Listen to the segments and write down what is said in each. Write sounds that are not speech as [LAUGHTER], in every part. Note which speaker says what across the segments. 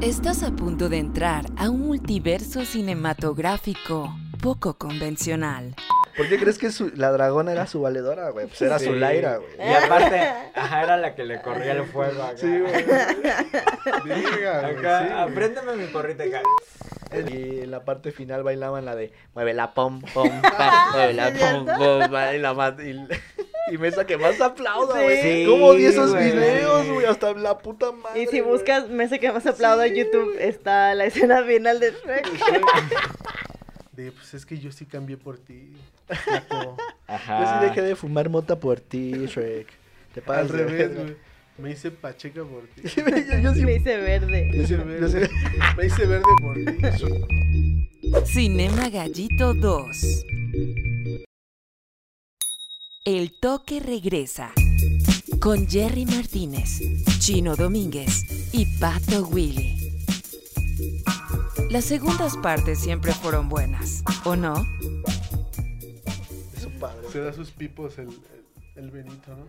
Speaker 1: Estás a punto de entrar a un multiverso cinematográfico poco convencional.
Speaker 2: ¿Por qué crees que su- la dragona era su valedora, güey? Pues era
Speaker 3: Sí.
Speaker 2: su Laira, güey.
Speaker 3: Y aparte, ajá, era la que le corría el fuego acá.
Speaker 2: Sí, güey. Diga, güey,
Speaker 3: Acá,
Speaker 2: sí, güey.
Speaker 3: apréndeme mi porrita acá.
Speaker 2: Y en la parte final bailaban la de mueve la pom pom
Speaker 4: [LAUGHS]
Speaker 2: pa, mueve la pom pom pa", y la más y, y mesa que más aplauda,
Speaker 4: Sí.
Speaker 2: güey.
Speaker 3: Sí,
Speaker 2: ¿Cómo vi esos
Speaker 3: güey.
Speaker 2: videos, güey? Hasta la puta madre.
Speaker 4: Y si
Speaker 2: güey.
Speaker 4: buscas Mesa que más aplauda en YouTube, está la escena
Speaker 2: [LAUGHS]
Speaker 4: final de Shrek.
Speaker 5: De, pues es que yo sí cambié por ti. flaco.
Speaker 3: Ajá.
Speaker 2: Yo sí dejé de fumar mota por ti, Shrek. Te pasas
Speaker 5: Al
Speaker 2: de
Speaker 5: revés,
Speaker 2: verga.
Speaker 5: güey. Me hice pacheca por ti.
Speaker 2: yo, yo sí,
Speaker 4: Me hice verde.
Speaker 5: Me hice
Speaker 2: yo sí-
Speaker 5: verde, me hice verde por ti.
Speaker 1: Cinema Gallito 2. El toque regresa. Con Jerry Martínez, Chino Domínguez y Pato Willy. Las segundas partes siempre fueron buenas, ¿o no?
Speaker 2: es un padre.
Speaker 5: Se da sus pipos el, el, el Benito, ¿no?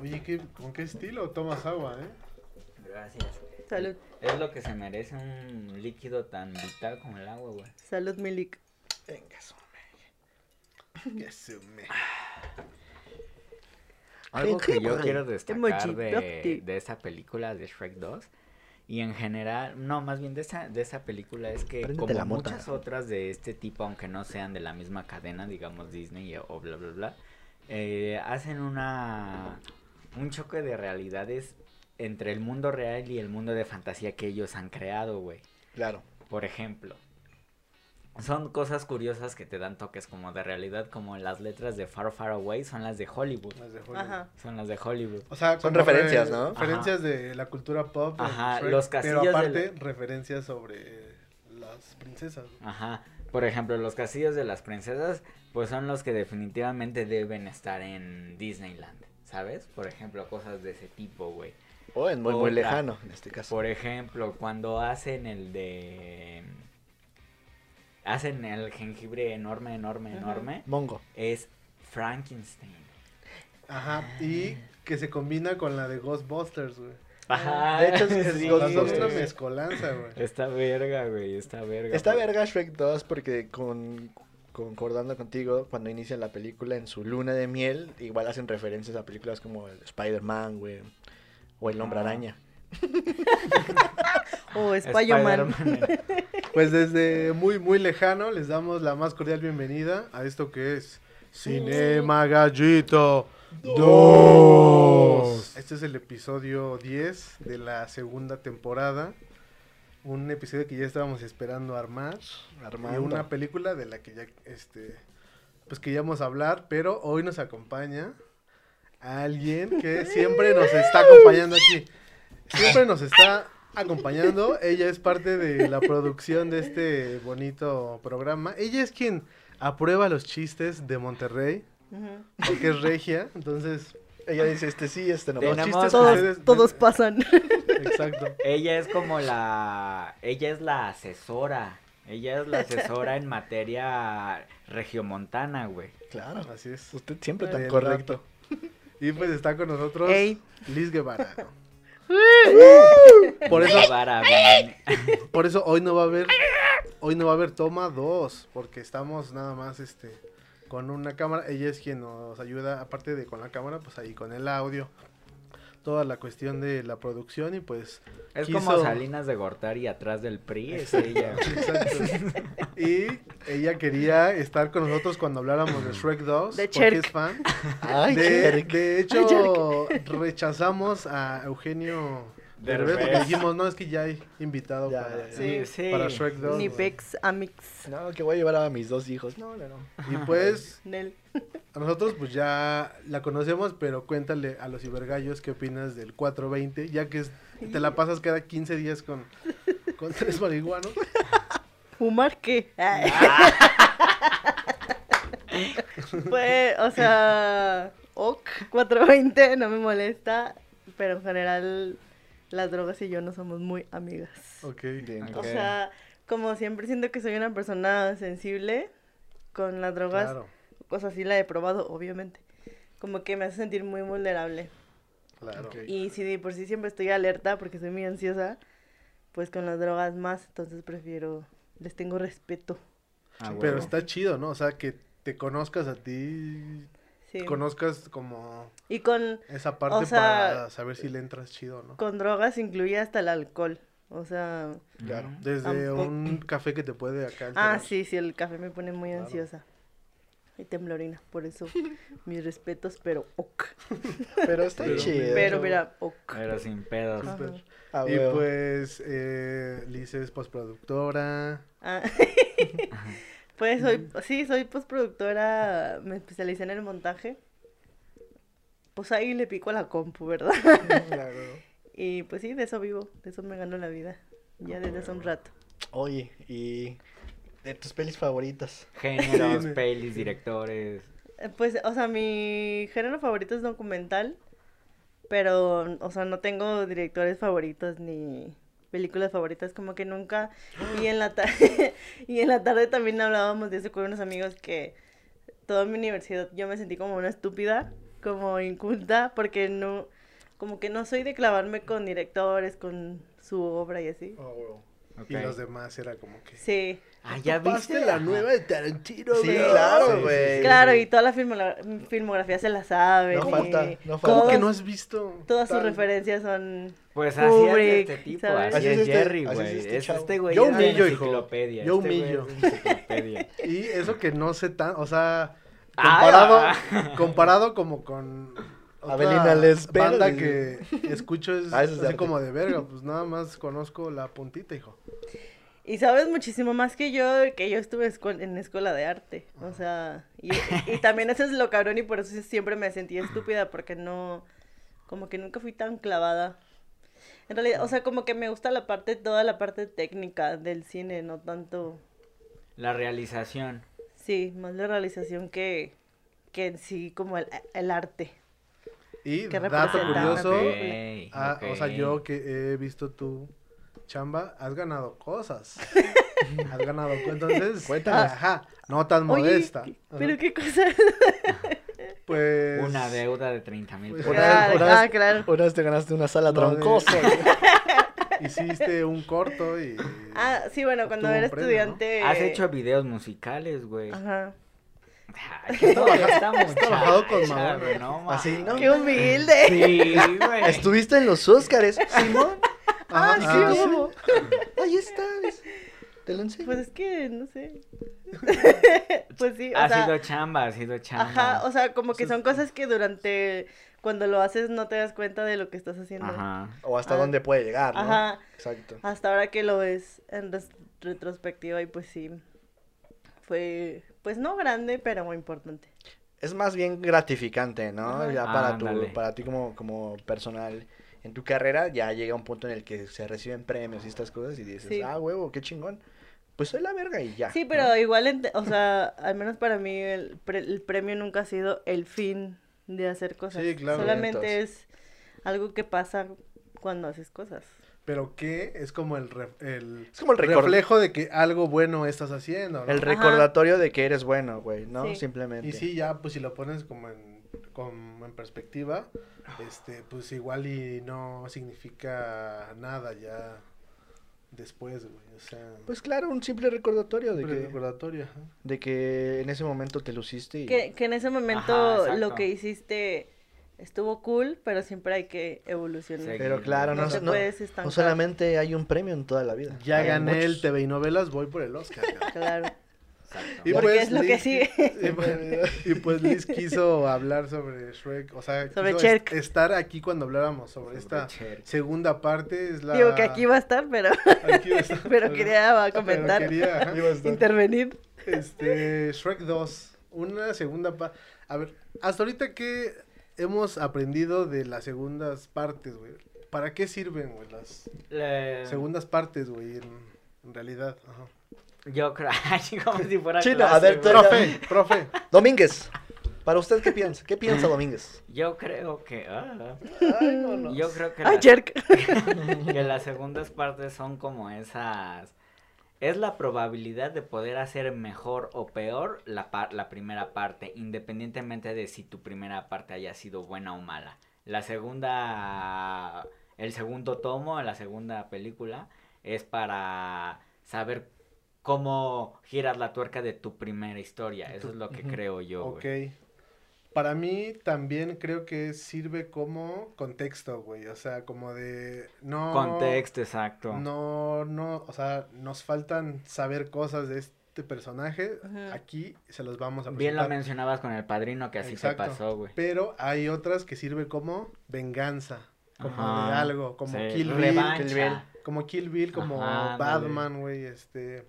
Speaker 5: Oye, ¿qué, ¿con qué estilo tomas agua, eh?
Speaker 3: Gracias.
Speaker 4: Salud,
Speaker 3: Es lo que se merece un líquido tan vital como el agua, güey.
Speaker 4: salud, Milik.
Speaker 5: Venga, sume. Que sume.
Speaker 3: Algo que yo quiero destacar
Speaker 4: Emoji
Speaker 3: de,
Speaker 4: Dopti.
Speaker 3: de esa película de Shrek 2 y en general, no, más bien de esa, de esa película es que
Speaker 2: Préndete
Speaker 3: como
Speaker 2: la mota.
Speaker 3: muchas otras de este tipo, aunque no sean de la misma cadena, digamos Disney o bla bla bla, eh, hacen una un choque de realidades entre el mundo real y el mundo de fantasía que ellos han creado, güey.
Speaker 2: Claro.
Speaker 3: Por ejemplo, son cosas curiosas que te dan toques como de realidad, como las letras de Far Far Away son las de Hollywood.
Speaker 5: Las de Hollywood.
Speaker 4: Ajá.
Speaker 3: Son las de Hollywood.
Speaker 5: O sea,
Speaker 2: Son
Speaker 5: como
Speaker 2: referencias, ¿no?
Speaker 5: Referencias de la cultura pop. de
Speaker 3: Ajá, los castillos de
Speaker 5: Pero
Speaker 3: la-
Speaker 5: aparte, referencias sobre eh, las princesas. ¿no?
Speaker 3: Ajá. Por ejemplo, los castillos de las princesas, pues son los que definitivamente deben estar en Disneyland, ¿sabes? Por ejemplo, cosas de ese tipo, güey.
Speaker 2: O en muy, muy
Speaker 3: Otra.
Speaker 2: lejano, en este caso.
Speaker 3: Por ejemplo, cuando hacen el de... Hacen el jengibre enorme, enorme,
Speaker 4: Ajá.
Speaker 3: enorme,
Speaker 2: Mongo.
Speaker 3: es Frankenstein.
Speaker 5: Ajá, y que se combina con la de Ghostbusters, güey.
Speaker 3: Ajá.
Speaker 2: Ah, De hecho, es- es
Speaker 3: [LAUGHS] sí.
Speaker 5: Las dos una
Speaker 2: Ghostbusters.
Speaker 5: mezcolanza, güey.
Speaker 3: Está verga, güey, está verga.
Speaker 2: Está
Speaker 3: güey.
Speaker 2: verga Shrek 2 porque con, concordando contigo, cuando inicia la película en su luna de miel, igual hacen referencias a películas como el Spider-Man, güey, o El Hombre
Speaker 3: Ah.
Speaker 2: Araña.
Speaker 4: O Espayoman.
Speaker 3: [LAUGHS] Spider-Man.
Speaker 5: Pues desde muy, muy lejano les damos la más cordial bienvenida a esto que es Cinema Gallito 2. Este es el episodio 10 de la segunda temporada. Un episodio que ya estábamos esperando armar.
Speaker 2: Armando.
Speaker 5: Y una película de la que ya, este, pues queríamos hablar, pero hoy nos acompaña alguien que siempre nos está acompañando aquí. Siempre nos está acompañando. Ella es parte de la producción de este bonito programa. Ella es quien aprueba los chistes de Monterrey,
Speaker 4: Ujú.
Speaker 5: porque es regia, entonces...
Speaker 2: Ella dice, este sí, este no.
Speaker 3: De
Speaker 2: Los
Speaker 3: nada
Speaker 2: chistes-
Speaker 3: más.
Speaker 4: Todos, todos pasan.
Speaker 5: Exacto.
Speaker 3: Ella es como la. Ella es la asesora. Ella es la asesora en materia regiomontana, güey.
Speaker 2: Claro.
Speaker 5: Así es.
Speaker 2: Usted siempre tan
Speaker 5: Del
Speaker 2: correcto.
Speaker 5: rato. Y pues está con nosotros
Speaker 4: Ey.
Speaker 5: Liz Guevara.
Speaker 3: [LAUGHS]
Speaker 5: Por eso,
Speaker 3: Guevara, güey.
Speaker 5: por eso hoy no va a haber hoy no va a haber toma 2, porque estamos nada más este con una cámara, ella es quien nos ayuda aparte de con la cámara, pues ahí con el audio. Toda la cuestión de la producción y pues
Speaker 3: Es
Speaker 5: Quiso-
Speaker 3: como Salinas de Gortari atrás del PRI. Es ella, güey.
Speaker 5: Exacto. Y ella quería estar con nosotros cuando habláramos de Shrek 2,
Speaker 4: De
Speaker 5: porque
Speaker 4: Cherk.
Speaker 5: es fan.
Speaker 2: Ay,
Speaker 5: De,
Speaker 2: Jerry.
Speaker 5: de hecho, rechazamos a Eugenio Derbez
Speaker 3: Derbez.
Speaker 5: porque dijimos, no, es que ya hay invitado
Speaker 2: Ya,
Speaker 5: para,
Speaker 2: ya,
Speaker 4: Sí,
Speaker 3: sí.
Speaker 5: para Shrek 2.
Speaker 4: Ni
Speaker 5: güey.
Speaker 4: Pex, Amix,
Speaker 2: No, que voy a llevar a mis dos hijos. No, no, no.
Speaker 5: Y pues,
Speaker 4: Nel.
Speaker 5: a nosotros pues ya la conocemos, pero cuéntale a los cibergallos qué opinas del 420, ya que es- te la pasas cada 15 días con, con [LAUGHS] tres marihuanos.
Speaker 4: ¿Fumar qué? [LAUGHS] Fue, o sea, ok, 420, no me molesta, pero en general las drogas y yo no somos muy amigas.
Speaker 5: Ok.
Speaker 2: Bien.
Speaker 4: O
Speaker 3: Ok.
Speaker 4: sea, como siempre siento que soy una persona sensible con las drogas,
Speaker 5: Claro.
Speaker 4: o sea, sí la he probado, obviamente. Como que me hace sentir muy vulnerable.
Speaker 5: Claro.
Speaker 2: Ok.
Speaker 4: Y si de por sí siempre estoy alerta porque soy muy ansiosa, pues con las drogas más, entonces prefiero, les tengo respeto.
Speaker 3: Ah,
Speaker 5: Pero
Speaker 3: huevo.
Speaker 5: está chido, ¿no? O sea, que te conozcas a ti,
Speaker 4: Sí.
Speaker 5: conozcas como
Speaker 4: Y con,
Speaker 5: esa parte
Speaker 4: O sea,
Speaker 5: para saber si le entras chido, ¿no?
Speaker 4: con drogas incluye hasta el alcohol. O sea,
Speaker 2: Claro.
Speaker 5: Desde
Speaker 4: Tampoco-
Speaker 5: un café que te puede acá.
Speaker 4: ah,
Speaker 5: alterar.
Speaker 4: sí, sí, el café me pone muy
Speaker 5: Claro.
Speaker 4: ansiosa. Y temblorina, por eso mis respetos, pero ok.
Speaker 2: Pero está
Speaker 5: Pero-
Speaker 2: chido.
Speaker 4: Pero mira, ok.
Speaker 3: Pero sin pedos.
Speaker 4: Ajá.
Speaker 5: Súper.
Speaker 2: Ah,
Speaker 5: Y
Speaker 2: huevo. [LAUGHS]
Speaker 5: pues, eh, Liz es postproductora.
Speaker 4: Ah, pues soy, sí, soy postproductora, me especialicé en el montaje. Pues ahí le pico a la compu, ¿verdad? [LAUGHS]
Speaker 5: Claro.
Speaker 4: Y pues sí, de eso vivo, de eso me gano la vida. Ya desde hace un rato.
Speaker 2: Oye, y de tus pelis favoritas.
Speaker 3: Géneros,
Speaker 5: Sí, me-
Speaker 3: pelis, directores.
Speaker 4: Eh, Pues, o sea, mi género favorito es documental, pero, o sea, no tengo directores favoritos ni películas favoritas, como que nunca. Y en la, ta- [LAUGHS] y en la tarde también hablábamos de eso con unos amigos que toda mi universidad yo me sentí como una estúpida, como inculta, porque no, como que no soy de clavarme con directores, con su obra y así.
Speaker 5: Oh, wow.
Speaker 3: Ok.
Speaker 5: Y los demás era como que.
Speaker 4: Sí.
Speaker 3: Ah, ya
Speaker 5: ¿Topaste
Speaker 3: viste
Speaker 5: la
Speaker 3: Ajá.
Speaker 5: nueva de Tarantino,
Speaker 2: Sí,
Speaker 5: güey?
Speaker 3: Sí,
Speaker 2: claro,
Speaker 3: sí,
Speaker 2: güey.
Speaker 4: Claro, y toda la filmola- filmografía se la sabe.
Speaker 2: Eh, No falta, no falta.
Speaker 5: ¿Cómo que
Speaker 4: Todos-
Speaker 5: no has visto?
Speaker 4: Todas sus
Speaker 5: tal?
Speaker 4: referencias son.
Speaker 3: Pues así es
Speaker 4: Kubrick,
Speaker 3: este tipo,
Speaker 4: ¿sabes?
Speaker 2: Así
Speaker 3: así,
Speaker 2: es
Speaker 3: es
Speaker 2: este-
Speaker 3: Jerry,
Speaker 2: así es
Speaker 3: güey. Es
Speaker 2: este
Speaker 3: Este,
Speaker 2: chavo.
Speaker 3: güey
Speaker 5: Yo
Speaker 3: es una
Speaker 5: humillo, hijo.
Speaker 3: enciclopedia.
Speaker 5: Yo
Speaker 3: este güey
Speaker 5: humillo.
Speaker 3: es una enciclopedia.
Speaker 5: Y eso que no sé tan. O sea,
Speaker 3: Ah,
Speaker 5: comparado,
Speaker 3: ah.
Speaker 5: comparado como con. otra
Speaker 2: Abelina Les Vero,
Speaker 5: banda
Speaker 2: dice.
Speaker 5: que escucho es
Speaker 2: Ah, eso es
Speaker 5: así
Speaker 2: arte.
Speaker 5: como de verga, pues nada más conozco la puntita, hijo.
Speaker 4: Y sabes muchísimo más que yo, que yo estuve escue- en escuela de arte. O sea, y, y también eso es lo cabrón y por eso siempre me sentí estúpida porque no, como que nunca fui tan clavada. En realidad, o sea, como que me gusta la parte, toda la parte técnica del cine, no tanto,
Speaker 3: La realización.
Speaker 4: sí, más la realización que, que en sí como el, el arte.
Speaker 5: Y
Speaker 4: Qué
Speaker 5: dato
Speaker 4: representante.
Speaker 5: curioso,
Speaker 3: Ah, Ok,
Speaker 5: ah, o sea,
Speaker 3: ok.
Speaker 5: yo que he visto tu chamba, has
Speaker 4: [LAUGHS]
Speaker 5: ganado cosas. has ganado cosas. Entonces,
Speaker 2: Cuéntanos.
Speaker 5: Ajá, no tan modesta.
Speaker 4: Oye,
Speaker 5: Ajá.
Speaker 4: pero qué cosa.
Speaker 5: Pues.
Speaker 3: Una deuda de 30 mil
Speaker 5: Pues-
Speaker 2: Por
Speaker 3: pesos.
Speaker 2: ahí- por ahí-
Speaker 4: Ah, claro.
Speaker 2: Una vez te ganaste una sala
Speaker 5: No, de-
Speaker 2: troncosa. güey.
Speaker 5: [LAUGHS] Hiciste un corto y.
Speaker 4: Ah, sí, bueno, cuando
Speaker 5: Obtuvo un
Speaker 4: era
Speaker 5: premio, ¿no?
Speaker 4: estudiante.
Speaker 3: Has hecho videos musicales, güey.
Speaker 4: eh,
Speaker 3: Ah,
Speaker 4: Ajá.
Speaker 3: Ay, qué modesta muchacha,
Speaker 5: trabajado con Madonna.
Speaker 3: güey, No, ma.
Speaker 2: Así, ¿no?
Speaker 4: ¡Qué humilde!
Speaker 3: Sí, güey.
Speaker 2: Estuviste en los
Speaker 4: [LAUGHS]
Speaker 2: Óscares, Simón.
Speaker 5: Ah,
Speaker 2: ¿y
Speaker 5: ah, sí.
Speaker 2: hubo? Ahí está. es- Te lo enseño.
Speaker 4: Pues es que, no sé. pues sí, o
Speaker 3: Ha
Speaker 4: sea,
Speaker 3: sido chamba, ha sido chamba.
Speaker 4: ajá, o sea, como que
Speaker 5: Eso
Speaker 4: son
Speaker 5: es-
Speaker 4: cosas que durante, cuando lo haces no te das cuenta de lo que estás haciendo. Ajá.
Speaker 3: Ajá.
Speaker 2: o hasta
Speaker 4: Ah.
Speaker 2: dónde puede llegar, ¿no? Exacto.
Speaker 4: Hasta ahora que lo ves en res- retrospectiva y pues sí, fue, pues no grande, pero muy importante.
Speaker 2: Es más bien gratificante, ¿no?
Speaker 4: Ajá.
Speaker 2: Ya para,
Speaker 3: Ándale.
Speaker 2: tu, para ti como, como personal. En tu carrera ya llega un punto en el que se reciben premios y estas cosas y dices,
Speaker 4: Sí.
Speaker 2: ah, huevo, qué chingón. Pues soy la verga y ya.
Speaker 4: Sí,
Speaker 2: ¿no?
Speaker 4: pero igual, ent- o sea, al menos para mí el, pre- el premio nunca ha sido el fin de hacer cosas.
Speaker 5: Sí, claro.
Speaker 4: Solamente es algo que pasa cuando haces cosas.
Speaker 5: Pero que es como el, ref- el
Speaker 2: Es como el record-
Speaker 5: reflejo de que algo bueno estás haciendo. ¿no?
Speaker 2: El recordatorio de que eres bueno, güey, ¿no?
Speaker 4: Sí.
Speaker 2: Simplemente.
Speaker 5: Y sí, ya, pues si lo pones como en, como en perspectiva, este, pues igual y no significa nada ya después, güey. O sea,
Speaker 2: Pues claro, un simple recordatorio de
Speaker 5: siempre
Speaker 2: que,
Speaker 5: recordatorio. ajá.
Speaker 2: de que en ese momento te luciste y...
Speaker 4: Que, que en ese
Speaker 3: Ajá,
Speaker 4: momento
Speaker 3: exacto.
Speaker 4: lo que hiciste estuvo cool, pero siempre hay que evolucionar.
Speaker 3: Sí.
Speaker 2: Pero claro, no,
Speaker 4: No te
Speaker 2: no-
Speaker 4: puedes
Speaker 2: no
Speaker 4: estancar.
Speaker 2: solamente hay un premio en toda la vida.
Speaker 5: Ya
Speaker 2: Hay
Speaker 5: gané el
Speaker 2: muchos.
Speaker 5: TV y novelas, voy por el Oscar. [LAUGHS] cabrón.
Speaker 4: Claro.
Speaker 2: [LAUGHS]
Speaker 3: Exacto.
Speaker 5: Y pues
Speaker 4: Porque es lo que
Speaker 5: Liz-
Speaker 4: sigue.
Speaker 5: [LAUGHS] Y pues, y pues Liz quiso hablar sobre Shrek, o sea,
Speaker 4: Sobre
Speaker 5: quiso est-
Speaker 4: Cherk.
Speaker 5: estar aquí cuando habláramos sobre esta
Speaker 3: Cherk.
Speaker 5: segunda parte. Es la...
Speaker 4: Digo que aquí va a estar, pero, [LAUGHS]
Speaker 5: Aquí va a [LAUGHS] estar.
Speaker 4: pero quería comentar,
Speaker 5: Pero quería, ajá.
Speaker 4: intervenir.
Speaker 5: Este, Shrek 2, una segunda parte. A ver, hasta ahorita que hemos aprendido de las segundas partes, güey. ¿Para qué sirven, güey, las
Speaker 3: Le-
Speaker 5: segundas partes, güey, en, en realidad? Ajá.
Speaker 3: Em, Yo creo, [LAUGHS] así como si fuera
Speaker 2: Chino,
Speaker 3: clase,
Speaker 2: a ver,
Speaker 3: güey.
Speaker 2: tú-
Speaker 5: Profe, profe.
Speaker 2: Domínguez, para usted, ¿qué piensa? ¿Qué
Speaker 5: [LAUGHS]
Speaker 2: piensa Domínguez?
Speaker 3: Yo creo que. ah,
Speaker 2: Ay, no, no.
Speaker 3: yo creo que,
Speaker 4: Ay,
Speaker 3: las-
Speaker 4: jerk.
Speaker 3: [LAUGHS] que las segundas partes son como esas. Es la probabilidad de poder hacer mejor o peor la, par- la primera parte, independientemente de si tu primera parte haya sido buena o mala. La segunda, el segundo tomo, la segunda película, es para saber cómo giras la tuerca de tu primera historia. Eso es lo que
Speaker 5: Ujú.
Speaker 3: creo yo, güey.
Speaker 5: Ok. Para mí también creo que sirve como contexto, güey. O sea, como de. No.
Speaker 3: Contexto, exacto.
Speaker 5: No, no. O sea, nos faltan saber cosas de este personaje.
Speaker 4: Ujú.
Speaker 5: Aquí se los vamos a
Speaker 3: Bien lo
Speaker 5: presentar.
Speaker 3: mencionabas con el padrino que así
Speaker 5: Exacto.
Speaker 3: te pasó, güey.
Speaker 5: Pero hay otras que sirve como venganza. Como de
Speaker 3: Ajá.
Speaker 5: algo. Como
Speaker 3: Sí,
Speaker 5: Kill Bill.
Speaker 3: revancha.
Speaker 5: Kill Bill. Como Kill Bill, como
Speaker 3: Ajá, ándale.
Speaker 5: Batman, güey. Este.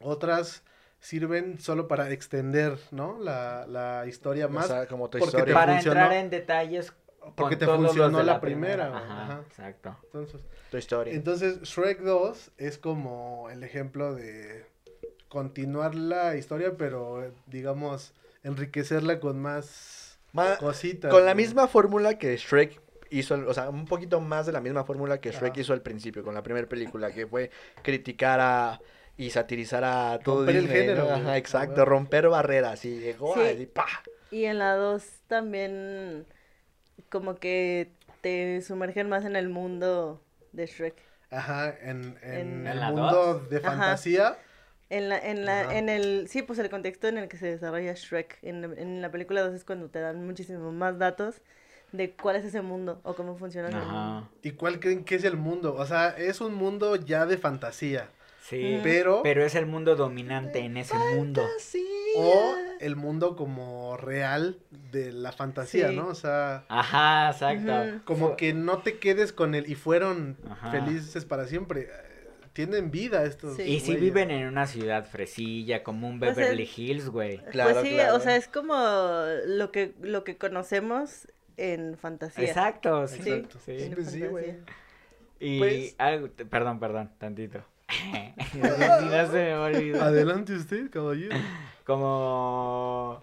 Speaker 5: Otras sirven solo para extender, ¿no? La, la historia más.
Speaker 2: o sea, como tu
Speaker 5: porque te
Speaker 2: historia.
Speaker 5: va-
Speaker 3: Para
Speaker 5: funcionó.
Speaker 3: entrar en detalles. con
Speaker 5: Porque te
Speaker 3: todos los
Speaker 5: funcionó
Speaker 3: de
Speaker 5: la primera, güey.
Speaker 3: Ajá,
Speaker 5: Ajá.
Speaker 3: exacto.
Speaker 5: Entonces,
Speaker 2: Tu historia.
Speaker 5: entonces, Shrek 2 es como el ejemplo de continuar la historia, pero digamos, enriquecerla con más
Speaker 2: Ma-
Speaker 5: cositas.
Speaker 2: con la
Speaker 5: güey.
Speaker 2: misma fórmula que Shrek hizo, o sea, un poquito más de la misma fórmula que Shrek
Speaker 5: Ajá.
Speaker 2: hizo al principio, con la primera película, que fue criticar a y satirizar a todo
Speaker 5: Romper el
Speaker 2: Disney, ¿no?
Speaker 5: género, güey.
Speaker 2: Ajá, exacto,
Speaker 5: Ah, bueno.
Speaker 2: romper barreras y llegó
Speaker 4: Sí.
Speaker 2: así, ¡pa!
Speaker 4: Y en la 2 también como que te sumergen más en el mundo de Shrek.
Speaker 5: Ajá, en, en
Speaker 4: En-
Speaker 5: el
Speaker 3: ¿En la
Speaker 5: mundo de
Speaker 4: Ajá.
Speaker 5: fantasía.
Speaker 4: En la, en la,
Speaker 5: Ajá.
Speaker 4: en el, sí, pues el contexto en el que se desarrolla Shrek. En, en la película 2 es cuando te dan muchísimos más datos de cuál es ese mundo o cómo funciona el mundo.
Speaker 3: Ajá.
Speaker 5: ¿Y cuál creen que es el mundo? O sea, es un mundo ya de fantasía,
Speaker 3: Sí.
Speaker 4: Ujú.
Speaker 5: pero...
Speaker 3: Pero es el mundo dominante en ese mundo.
Speaker 5: O el mundo como real de la fantasía,
Speaker 4: Sí.
Speaker 5: ¿no? O sea,
Speaker 3: Ajá, exacto.
Speaker 4: Ujú.
Speaker 5: como que no te quedes con él y fueron
Speaker 3: Ajá.
Speaker 5: felices para siempre. Eh, Tienen vida estos.
Speaker 4: Sí.
Speaker 3: Y si
Speaker 5: güeyes.
Speaker 3: viven en una ciudad fresilla, como un
Speaker 4: Pues
Speaker 3: Beverly
Speaker 4: el-
Speaker 3: Hills, güey.
Speaker 2: Claro,
Speaker 4: pues sí,
Speaker 2: claro.
Speaker 4: o sea, es como lo que, lo que conocemos en fantasía.
Speaker 3: Exacto, sí.
Speaker 5: Exacto.
Speaker 3: sí.
Speaker 4: En
Speaker 5: Pues sí,
Speaker 4: fantasía.
Speaker 5: güey.
Speaker 3: Y
Speaker 5: Pues-
Speaker 3: algo- te- perdón, perdón, tantito. [LAUGHS] ya se me olvidó.
Speaker 5: Adelante usted, caballero.
Speaker 3: Como...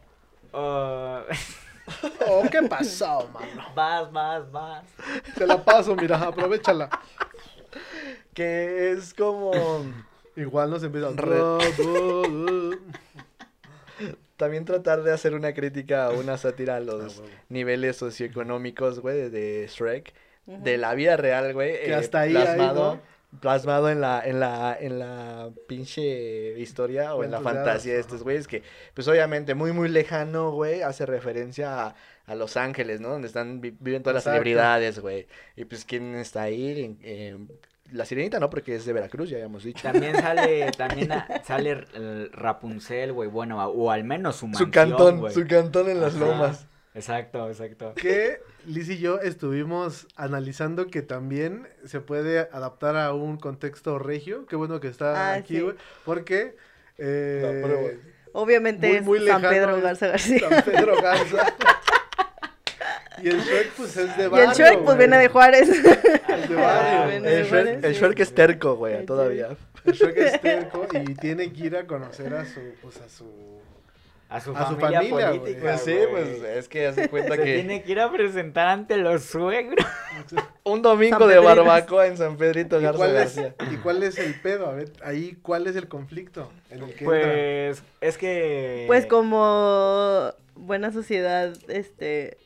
Speaker 3: oh, [LAUGHS]
Speaker 5: Oh, ¿qué pasó, mano?
Speaker 3: vas, vas, vas.
Speaker 5: Te la paso, mira, aprovechala.
Speaker 2: Que es como
Speaker 5: [LAUGHS] Igual nos empieza a...
Speaker 2: Re- también tratar de hacer una crítica,
Speaker 5: [LAUGHS]
Speaker 2: una sátira a los
Speaker 5: Ah, huevo.
Speaker 2: niveles socioeconómicos, güey, de Shrek,
Speaker 4: Ujú.
Speaker 2: de la vida real, güey, eh,
Speaker 5: Que hasta ahí hay,
Speaker 2: plasmado,
Speaker 5: ¿no?
Speaker 2: plasmado en la, en la, en la pinche historia o en la
Speaker 5: Cuentos de
Speaker 2: fantasía de
Speaker 5: hadas,
Speaker 2: estos
Speaker 5: ajá.
Speaker 2: güeyes que, pues obviamente, muy, muy lejano, güey, hace referencia a, a Los Ángeles, ¿no? Donde están, vi- viven todas las
Speaker 5: Exacto.
Speaker 2: celebridades, güey, y pues, ¿quién está ahí? Eh, la sirenita, ¿no? Porque es de Veracruz, ya habíamos dicho.
Speaker 3: También sale, también a- sale el Rapunzel, güey, bueno, a- o al menos su mansión,
Speaker 2: Su cantón,
Speaker 3: güey.
Speaker 2: su cantón en las
Speaker 3: Ajá.
Speaker 2: lomas.
Speaker 3: Exacto, exacto.
Speaker 5: que Liz y yo estuvimos analizando que también se puede adaptar a un contexto regio. Qué bueno que está
Speaker 4: Ah,
Speaker 5: aquí,
Speaker 4: sí.
Speaker 5: güey. Porque eh,
Speaker 2: La prueba.
Speaker 4: Obviamente
Speaker 5: muy,
Speaker 4: es
Speaker 5: muy
Speaker 4: San
Speaker 5: lejano
Speaker 4: Pedro
Speaker 5: es
Speaker 4: Garza García.
Speaker 5: San Pedro Garza. y el Shrek, pues es
Speaker 4: [LAUGHS]
Speaker 5: de
Speaker 4: Y el
Speaker 5: barrio.
Speaker 4: Shrek, pues
Speaker 5: güey.
Speaker 4: viene de Juárez.
Speaker 5: Es de
Speaker 4: Ah,
Speaker 5: barrio.
Speaker 4: bueno.
Speaker 2: El
Speaker 4: me
Speaker 2: Shrek,
Speaker 4: parece.
Speaker 2: el Shrek es terco, güey,
Speaker 4: Sí.
Speaker 2: todavía.
Speaker 5: El Shrek
Speaker 4: [LAUGHS]
Speaker 5: es terco y tiene que ir a conocer a su, pues a su...
Speaker 3: A su
Speaker 5: A su
Speaker 3: familia,
Speaker 5: familia, güey.
Speaker 3: política,
Speaker 2: Pues sí,
Speaker 3: güey.
Speaker 2: pues es que hace cuenta
Speaker 3: Se
Speaker 2: que
Speaker 3: tiene que ir a presentar ante los suegros.
Speaker 2: un domingo
Speaker 4: San
Speaker 2: de
Speaker 4: Pedrito.
Speaker 2: barbacoa en San Pedrito
Speaker 5: ¿Y
Speaker 2: Garza
Speaker 5: cuál, es,
Speaker 2: García.
Speaker 5: ¿Y cuál es el pedo? A ver, ahí, ¿cuál es el conflicto? En el que entra?
Speaker 3: Pues es que...
Speaker 4: Pues como buena sociedad, este,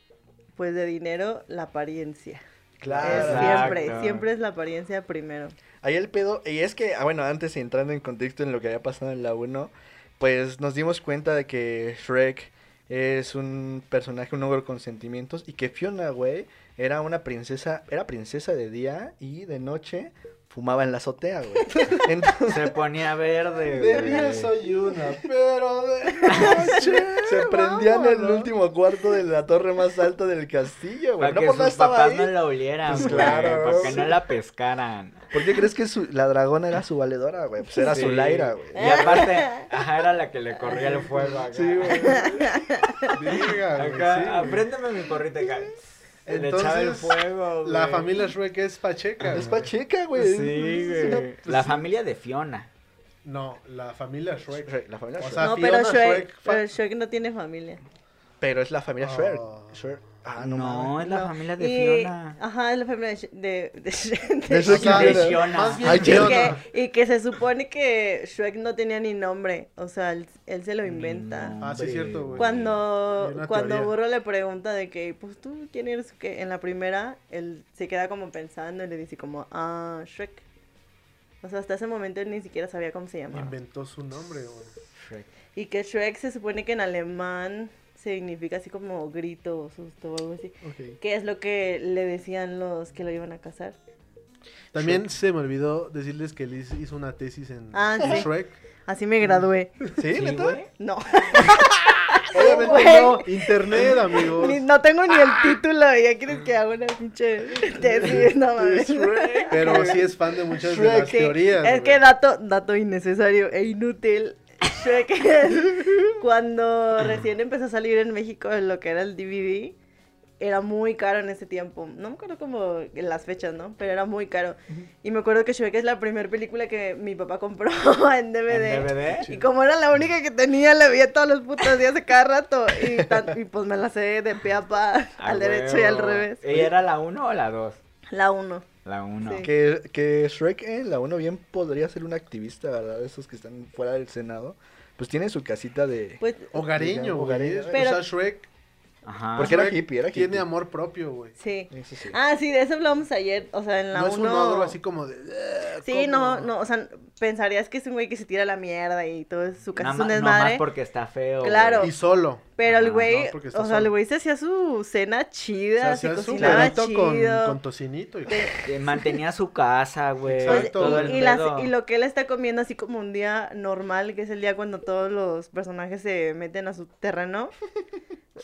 Speaker 4: pues de dinero, la apariencia. Es
Speaker 2: Claro.
Speaker 4: siempre,
Speaker 3: Exacto.
Speaker 4: siempre es la apariencia primero.
Speaker 2: Ahí el pedo, y es que, ah, bueno, antes y entrando en contexto en lo que había pasado en la 1, pues nos dimos cuenta de que Shrek es un personaje, un ogro con sentimientos, y que Fiona, güey, era una princesa, era princesa de día y de noche fumaba en la azotea, güey. Entonces,
Speaker 3: Se ponía verde,
Speaker 5: De
Speaker 3: güey.
Speaker 5: día soy una, pero de noche
Speaker 2: [LAUGHS] se prendían en el
Speaker 5: vámonos.
Speaker 2: último cuarto de la torre más alta del castillo, güey.
Speaker 3: Para
Speaker 2: No
Speaker 3: que
Speaker 2: por nada
Speaker 3: sus
Speaker 2: estaba
Speaker 3: papás
Speaker 2: ahí.
Speaker 3: no la olieran,
Speaker 2: Pues
Speaker 3: güey,
Speaker 2: claro,
Speaker 3: para que
Speaker 2: sí.
Speaker 3: no la pescaran.
Speaker 2: ¿Por qué crees que su- la dragona era su valedora, güey? Pues era
Speaker 3: Sí. Eh.
Speaker 2: su Laira, güey.
Speaker 3: Y aparte, ajá, era la que le corría el fuego acá.
Speaker 5: Sí, güey. Verga, güey, sí,
Speaker 3: Acá,
Speaker 5: güey.
Speaker 3: préndeme mi corrita acá. le echaba el
Speaker 5: Entonces,
Speaker 3: fuego, güey.
Speaker 5: La familia Shrek es pacheca.
Speaker 2: Es
Speaker 5: güey.
Speaker 2: pacheca, güey.
Speaker 3: Sí, pues, güey. la familia de Fiona.
Speaker 5: No, la familia Shrek.
Speaker 2: Shrek, la familia
Speaker 5: O
Speaker 2: Shrek.
Speaker 5: sea,
Speaker 4: no,
Speaker 5: Fiona
Speaker 4: pero Shrek,
Speaker 5: Shrek fa-
Speaker 4: pero Shrek no tiene familia.
Speaker 2: Pero es la familia Shrek.
Speaker 5: Oh.
Speaker 2: Shrek. Ah,
Speaker 3: no,
Speaker 2: no, mames.
Speaker 3: es la
Speaker 4: No.
Speaker 3: familia de
Speaker 4: Y-
Speaker 3: Fiona.
Speaker 4: Ajá, es la familia de... Sh- de, de Sh-
Speaker 2: De
Speaker 4: de-
Speaker 2: Shrek
Speaker 5: O sea,
Speaker 2: y Fiona.
Speaker 3: Fiona.
Speaker 5: Más bien
Speaker 2: Ay,
Speaker 4: y,
Speaker 2: Fiona.
Speaker 5: Fiona.
Speaker 4: que, y que se supone que Shrek no tenía ni nombre, o sea, él, él se lo inventa.
Speaker 5: Ah, sí,
Speaker 3: Hombre,
Speaker 5: cierto, güey.
Speaker 4: Cuando,
Speaker 5: Hay una
Speaker 4: cuando
Speaker 5: teoría.
Speaker 4: Burro le pregunta de que, pues tú, ¿quién eres? Que en la primera, él se queda como pensando y le dice como, ah, Shrek. O sea, hasta ese momento él ni siquiera sabía cómo se llamaba.
Speaker 5: Inventó su nombre, güey.
Speaker 3: Shrek.
Speaker 4: Y que Shrek se supone que en alemán significa así como grito o susto o algo así.
Speaker 5: Ok.
Speaker 4: ¿Qué es lo que le decían los que lo iban a casar?
Speaker 5: También se me olvidó decirles que Liz hizo una tesis en,
Speaker 4: Ah,
Speaker 5: en
Speaker 4: sí.
Speaker 5: Shrek.
Speaker 4: Así me gradué.
Speaker 5: ¿Sí,
Speaker 3: Sí,
Speaker 5: neta?
Speaker 3: güey.
Speaker 4: No, [LAUGHS]
Speaker 5: Obviamente
Speaker 4: Güey.
Speaker 5: no. Internet, amigos.
Speaker 4: ni- no tengo ni el título. Ya quieres que haga una pinche tesis, no mames.
Speaker 5: Pero sí es fan de muchas de
Speaker 2: Shrek.
Speaker 5: las
Speaker 4: Sí,
Speaker 5: teorías.
Speaker 4: Es
Speaker 5: güey.
Speaker 4: que dato, dato innecesario e inútil. Shrek, cuando recién empezó a salir en México en lo que era el DVD, era muy caro en ese tiempo. No me acuerdo como en las fechas, ¿no? Pero era muy caro. Y me acuerdo que Shrek es la primera película que mi papá compró [LAUGHS] en DVD.
Speaker 3: ¿En DVD?
Speaker 4: Y como era la única que tenía, la veía todos los putos días de cada rato. Y, tan- y pues me la sé de pe a pa,
Speaker 3: Ah,
Speaker 4: al derecho y al
Speaker 3: huevo.
Speaker 4: revés.
Speaker 3: ¿Ella era la 1 o la 2?
Speaker 4: La 1.
Speaker 3: La 1.
Speaker 4: Sí.
Speaker 2: Que, que Shrek en la 1 bien podría ser un activista, ¿verdad? Esos que están fuera del Senado. Pues tiene su casita de...
Speaker 4: Pues
Speaker 5: Oh. Hogareño, güey.
Speaker 2: Hogareño.
Speaker 5: O
Speaker 4: Pero-
Speaker 5: sea, Shrek,
Speaker 3: Ajá.
Speaker 2: Porque era
Speaker 5: Shrek
Speaker 2: hippie, era hippie.
Speaker 5: tiene amor propio, güey.
Speaker 4: sí.
Speaker 3: Pues,
Speaker 2: Eso sí.
Speaker 4: Ah, sí, de eso hablamos ayer, o sea, en la
Speaker 5: No es un
Speaker 4: uno-
Speaker 5: ogro así como de. "Eh,
Speaker 4: Sí, no, no, o sea, pensarías que es un güey que se tira a la mierda y todo es- su casa
Speaker 3: Nada
Speaker 4: es un
Speaker 3: ma- No más
Speaker 4: desmadre.
Speaker 3: porque está feo.
Speaker 4: Claro.
Speaker 5: Y solo.
Speaker 4: Pero el
Speaker 3: Ajá,
Speaker 4: güey,
Speaker 5: no, porque está
Speaker 4: o sea, el
Speaker 5: solo.
Speaker 4: güey se hacía su cena
Speaker 5: O
Speaker 4: chida,
Speaker 5: sea,
Speaker 4: se
Speaker 5: hacía su
Speaker 4: cocinaba
Speaker 5: burrito con,
Speaker 4: chido.
Speaker 5: con tocinito. hijo.
Speaker 3: güey. Eh, Mantenía su casa, güey.
Speaker 4: Pues,
Speaker 5: Exacto,
Speaker 3: todo
Speaker 4: y-
Speaker 3: el
Speaker 4: y, las-
Speaker 3: pedo.
Speaker 4: y lo que él está comiendo así como un día normal, que es el día cuando todos los personajes se meten a su
Speaker 5: [LAUGHS]
Speaker 4: terreno.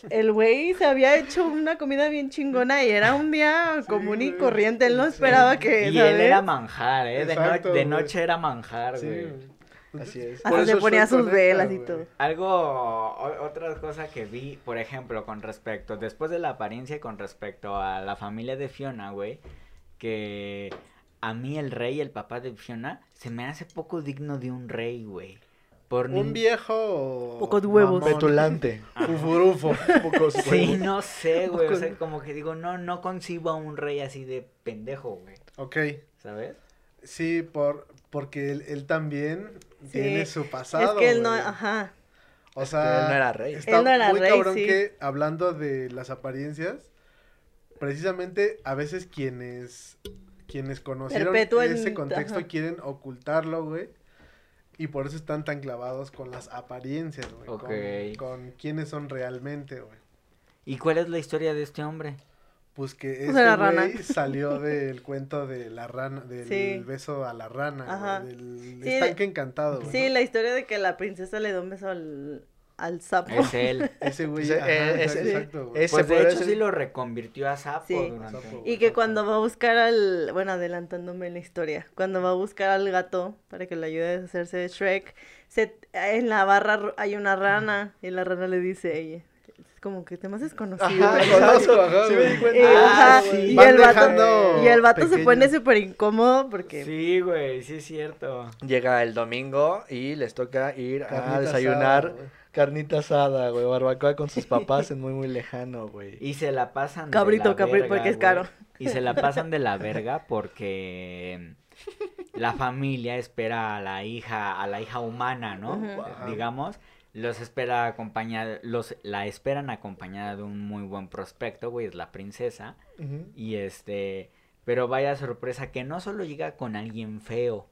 Speaker 4: El güey se había hecho una comida bien chingona y era un día común y
Speaker 5: güey.
Speaker 4: corriente. Él no esperaba que.
Speaker 3: Y él
Speaker 4: ¿sabes?
Speaker 3: era manjar, ¿eh? De, no-
Speaker 5: Exacto,
Speaker 3: de
Speaker 5: güey.
Speaker 3: noche era manjar,
Speaker 5: Sí,
Speaker 3: güey.
Speaker 5: güey.
Speaker 2: Así es.
Speaker 4: Hasta
Speaker 5: Por
Speaker 4: se
Speaker 5: eso
Speaker 4: ponía
Speaker 5: Shrek
Speaker 4: sus
Speaker 5: conecta,
Speaker 4: velas y
Speaker 5: güey.
Speaker 4: todo.
Speaker 3: Algo, o- otra cosa que vi, por ejemplo, con respecto, después de la apariencia y con respecto a la familia de Fiona, güey, que a mí el rey, el papá de Fiona, se me hace poco digno de un rey, güey. Por
Speaker 5: Un
Speaker 3: nin-
Speaker 5: viejo.
Speaker 4: Pocos huevos.
Speaker 3: ah,
Speaker 5: mamón.
Speaker 2: Petulante.
Speaker 5: [LAUGHS] Fufurufo.
Speaker 2: Pocos
Speaker 3: [LAUGHS] Sí,
Speaker 2: huevos.
Speaker 3: no sé, güey. O sea, como que digo, no, no concibo a un rey así de pendejo, güey.
Speaker 5: Ok.
Speaker 3: ¿Sabes?
Speaker 5: Sí, por, porque él, él también
Speaker 4: Sí.
Speaker 5: tiene su pasado.
Speaker 4: es que él no,
Speaker 5: güey.
Speaker 4: ajá.
Speaker 5: O
Speaker 2: Es que
Speaker 5: sea,
Speaker 2: él no era rey.
Speaker 5: Está
Speaker 4: Él no era
Speaker 5: muy
Speaker 4: rey,
Speaker 5: cabrón
Speaker 4: sí.
Speaker 5: que hablando de las apariencias, precisamente a veces quienes quienes conocieron
Speaker 4: Perpetúan,
Speaker 5: ese contexto
Speaker 4: ajá.
Speaker 5: quieren ocultarlo, güey. Y por eso están tan clavados con las apariencias, güey. con-
Speaker 3: Ok.
Speaker 5: Con, quiénes son realmente, güey.
Speaker 3: ¿Y cuál es la historia de este hombre?
Speaker 5: Pues que
Speaker 4: Pues
Speaker 5: este
Speaker 4: era rana.
Speaker 5: güey
Speaker 4: [LAUGHS]
Speaker 5: salió del cuento de la rana, del
Speaker 4: Sí.
Speaker 5: beso a la rana, güey,
Speaker 4: Ajá.
Speaker 5: del
Speaker 4: Sí,
Speaker 5: estanque encantado, güey.
Speaker 4: Sí,
Speaker 5: ¿no?
Speaker 4: la historia de que la princesa le da un beso al, al sapo.
Speaker 3: Es él.
Speaker 5: Ese güey,
Speaker 2: Ese-
Speaker 5: ajá,
Speaker 2: eh,
Speaker 5: exacto,
Speaker 2: ese-
Speaker 5: exacto, güey.
Speaker 2: ese
Speaker 3: Pues de
Speaker 2: podría
Speaker 3: hecho
Speaker 2: ser-
Speaker 3: sí lo reconvirtió a sapo
Speaker 4: Sí.
Speaker 3: durante-
Speaker 5: Sapo.
Speaker 4: [LAUGHS] Y que cuando va a buscar al, bueno, adelantándome la historia, cuando va a buscar al gato para que le ayude a deshacerse de Shrek, se, en la barra ro- hay una rana y la rana le dice a ella, es como que te más desconocido.
Speaker 5: Ajá,
Speaker 4: ¿no?
Speaker 5: conozco, ajá,
Speaker 2: Sí me
Speaker 5: güey.
Speaker 2: di
Speaker 4: Y,
Speaker 2: cuenta.
Speaker 3: Ah,
Speaker 4: ajá,
Speaker 3: sí.
Speaker 4: y
Speaker 5: Van
Speaker 4: el vato,
Speaker 5: dejando
Speaker 4: y el vato se
Speaker 5: pequeños.
Speaker 4: pone súper incómodo porque
Speaker 3: Sí, güey, sí es cierto.
Speaker 2: Llega el domingo y les toca ir
Speaker 5: Carnita
Speaker 2: a ah, desayunar
Speaker 5: asada, güey.
Speaker 2: carnita asada, güey, barbacoa con [LAUGHS] sus papás en muy muy lejano, güey.
Speaker 3: Y se la pasan
Speaker 4: Cabrito,
Speaker 3: de la
Speaker 4: cabri-
Speaker 3: verga,
Speaker 4: porque es
Speaker 3: güey.
Speaker 4: caro.
Speaker 3: Y se la pasan de
Speaker 4: [LAUGHS]
Speaker 3: la verga porque la familia espera a la hija, a la hija humana, ¿no?
Speaker 4: Ujú.
Speaker 5: Ajá.
Speaker 3: Digamos, los espera acompañada, los la esperan acompañada de un muy buen prospecto, güey, es la princesa.
Speaker 2: Ujú.
Speaker 3: Y este, pero vaya sorpresa que no solo llega con alguien feo,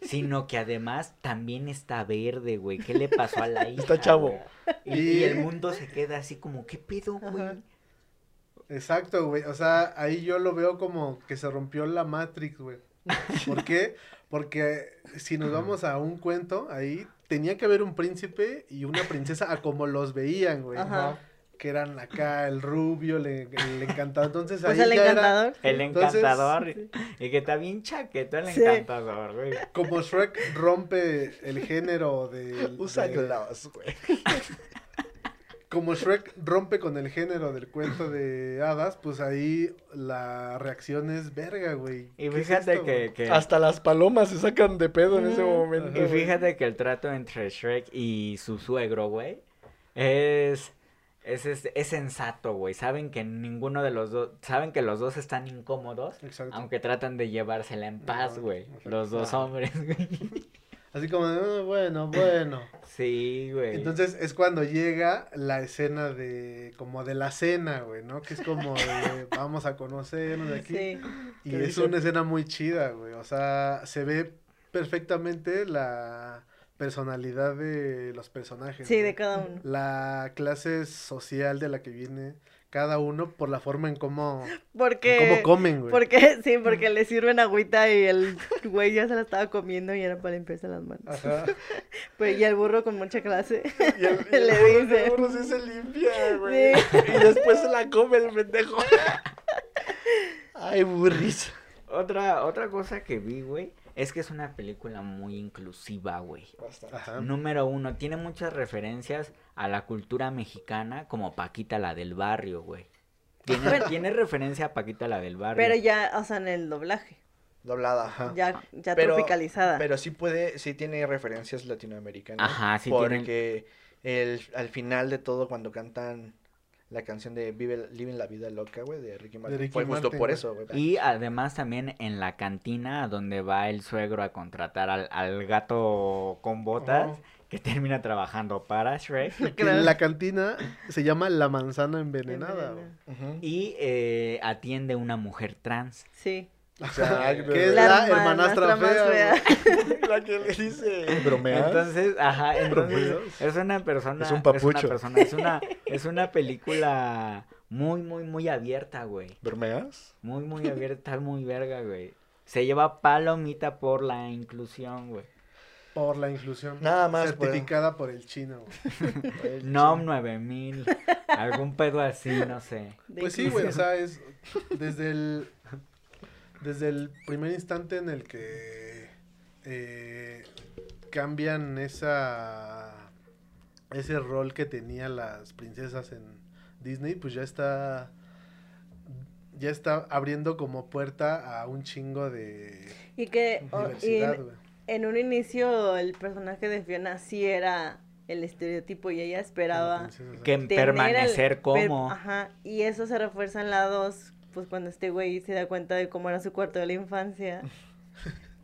Speaker 3: sino que además también está verde, güey. ¿Qué le pasó a la hija?
Speaker 2: [LAUGHS] Está chavo.
Speaker 3: güey? Y, y el mundo se queda así como, ¿qué pedo, güey?
Speaker 5: Exacto, güey. O sea, ahí yo lo veo como que se rompió la Matrix, güey. ¿Por qué? Porque si nos vamos a un cuento, ahí tenía que haber un príncipe y una princesa a como los veían, güey.
Speaker 4: Ajá.
Speaker 5: Que eran acá el rubio, le, el encantado. Entonces
Speaker 4: pues
Speaker 5: ahí
Speaker 4: el
Speaker 5: ya era
Speaker 4: encantador.
Speaker 3: El
Speaker 5: Entonces-
Speaker 3: encantador. Y que está bien chaqueto el
Speaker 4: Sí.
Speaker 3: encantador, güey.
Speaker 5: como Shrek rompe el género del
Speaker 2: [LAUGHS] Usa
Speaker 5: de-
Speaker 2: gloves, güey.
Speaker 5: como Shrek rompe con el género del cuento de hadas, pues ahí la reacción es verga, güey.
Speaker 3: Y
Speaker 5: ¿Qué es
Speaker 3: fíjate
Speaker 5: esto, güey?
Speaker 3: que, que-
Speaker 2: Hasta las palomas se sacan de pedo en ese
Speaker 4: Ujú.
Speaker 2: momento.
Speaker 3: Y
Speaker 2: güey.
Speaker 3: fíjate que el trato entre Shrek y su suegro, güey, es Es, es, es sensato, güey. Saben que ninguno de los dos, saben que los dos están incómodos,
Speaker 5: Exacto.
Speaker 3: aunque tratan de llevársela en paz,
Speaker 5: No,
Speaker 3: güey.
Speaker 5: exacto.
Speaker 3: Los dos
Speaker 5: Ah.
Speaker 3: hombres, güey.
Speaker 5: [LAUGHS] Así como, de, "Ah, bueno, bueno.
Speaker 3: Sí, güey.
Speaker 5: Entonces es cuando llega la escena de como de la cena, güey, ¿no? Que es como
Speaker 4: [LAUGHS]
Speaker 5: de, vamos a conocernos de aquí.
Speaker 4: Sí.
Speaker 5: Y
Speaker 2: Que
Speaker 5: es
Speaker 2: dice-
Speaker 5: una escena muy chida, güey. O sea, se ve perfectamente la personalidad de los personajes.
Speaker 4: Sí,
Speaker 5: güey.
Speaker 4: de cada uno.
Speaker 5: La clase social de la que viene cada uno por la forma en cómo, en
Speaker 4: Porque.
Speaker 5: cómo comen, güey.
Speaker 4: Porque, [LAUGHS] sí, porque le sirven agüita y el güey ya se la estaba comiendo y era para limpiarse las manos.
Speaker 5: Ajá.
Speaker 4: Pero, y el burro con mucha clase.
Speaker 2: Y el, y el
Speaker 4: [LAUGHS] Le
Speaker 2: burro- el
Speaker 4: dicen.
Speaker 2: burro sí se [LAUGHS] limpia, güey. Y después se la come el pendejo. [LAUGHS] Ay, burris.
Speaker 3: Otra, otra cosa que vi, güey, es que es una película muy inclusiva, güey.
Speaker 2: Bastante.
Speaker 5: Ajá.
Speaker 3: Número uno, tiene muchas referencias a la cultura mexicana, como Paquita la del barrio, güey. Tiene, tiene referencia a Paquita la del barrio.
Speaker 4: Pero ya, o sea, en el doblaje.
Speaker 2: Doblada,
Speaker 5: Ah.
Speaker 2: ajá.
Speaker 4: Ya, ya
Speaker 2: Pero-
Speaker 4: tropicalizada.
Speaker 2: Pero sí puede, sí tiene referencias latinoamericanas.
Speaker 3: Ajá, sí tienen-
Speaker 2: Porque el, al final de todo, cuando cantan la canción de Vive, Viven la vida loca, güey, de Ricky Martin.
Speaker 5: Ricky
Speaker 2: fue justo
Speaker 5: Martin,
Speaker 2: por
Speaker 5: güey.
Speaker 2: eso, güey.
Speaker 3: Y ah, además también en la cantina donde va el suegro a contratar al, al gato con botas
Speaker 5: Oh.
Speaker 3: que termina trabajando para Shrek.
Speaker 5: Que en la cantina se llama La Manzana Envenenada, güey.
Speaker 4: Envenenada.
Speaker 2: Ujú.
Speaker 3: Y eh, atiende una mujer trans.
Speaker 4: Sí.
Speaker 2: O sea,
Speaker 5: Que es
Speaker 4: La
Speaker 5: la,
Speaker 4: hermanastra
Speaker 5: hermanastra,
Speaker 4: más
Speaker 5: fea.
Speaker 3: [LAUGHS]
Speaker 4: fea.
Speaker 2: la que le dice.
Speaker 3: Entonces, ajá, entonces
Speaker 5: ¿Bromeas?
Speaker 3: es una persona,
Speaker 2: Es un
Speaker 3: es
Speaker 2: papucho.
Speaker 3: una persona, es una, es una película muy, muy, muy abierta, güey.
Speaker 2: ¿Bromeas?
Speaker 3: Muy, muy abierta, muy verga, güey. Se lleva palomita por la inclusión, güey.
Speaker 5: Por la inclusión.
Speaker 2: Nada más, pues. güey.
Speaker 5: Certificada por el chino, güey.
Speaker 3: NOM 9000, algún pedo así, no sé.
Speaker 4: De
Speaker 5: Pues sí, güey, o sea, es desde el, desde el primer instante en el que eh, cambian esa, ese rol que tenía las princesas en Disney, pues ya está, ya está abriendo como puerta a un chingo de
Speaker 4: Y que o- Oh, y
Speaker 5: diversidad,
Speaker 4: en,
Speaker 5: güey.
Speaker 4: en un inicio el personaje de Fiona sí era el estereotipo y ella esperaba
Speaker 5: Entonces, o sea,
Speaker 3: Que
Speaker 4: tener al-
Speaker 3: permanecer
Speaker 4: per-
Speaker 3: como.
Speaker 4: ajá, y eso se refuerza en la 2, pues cuando este güey se da cuenta de cómo era su cuarto de la
Speaker 5: [LAUGHS]
Speaker 4: infancia.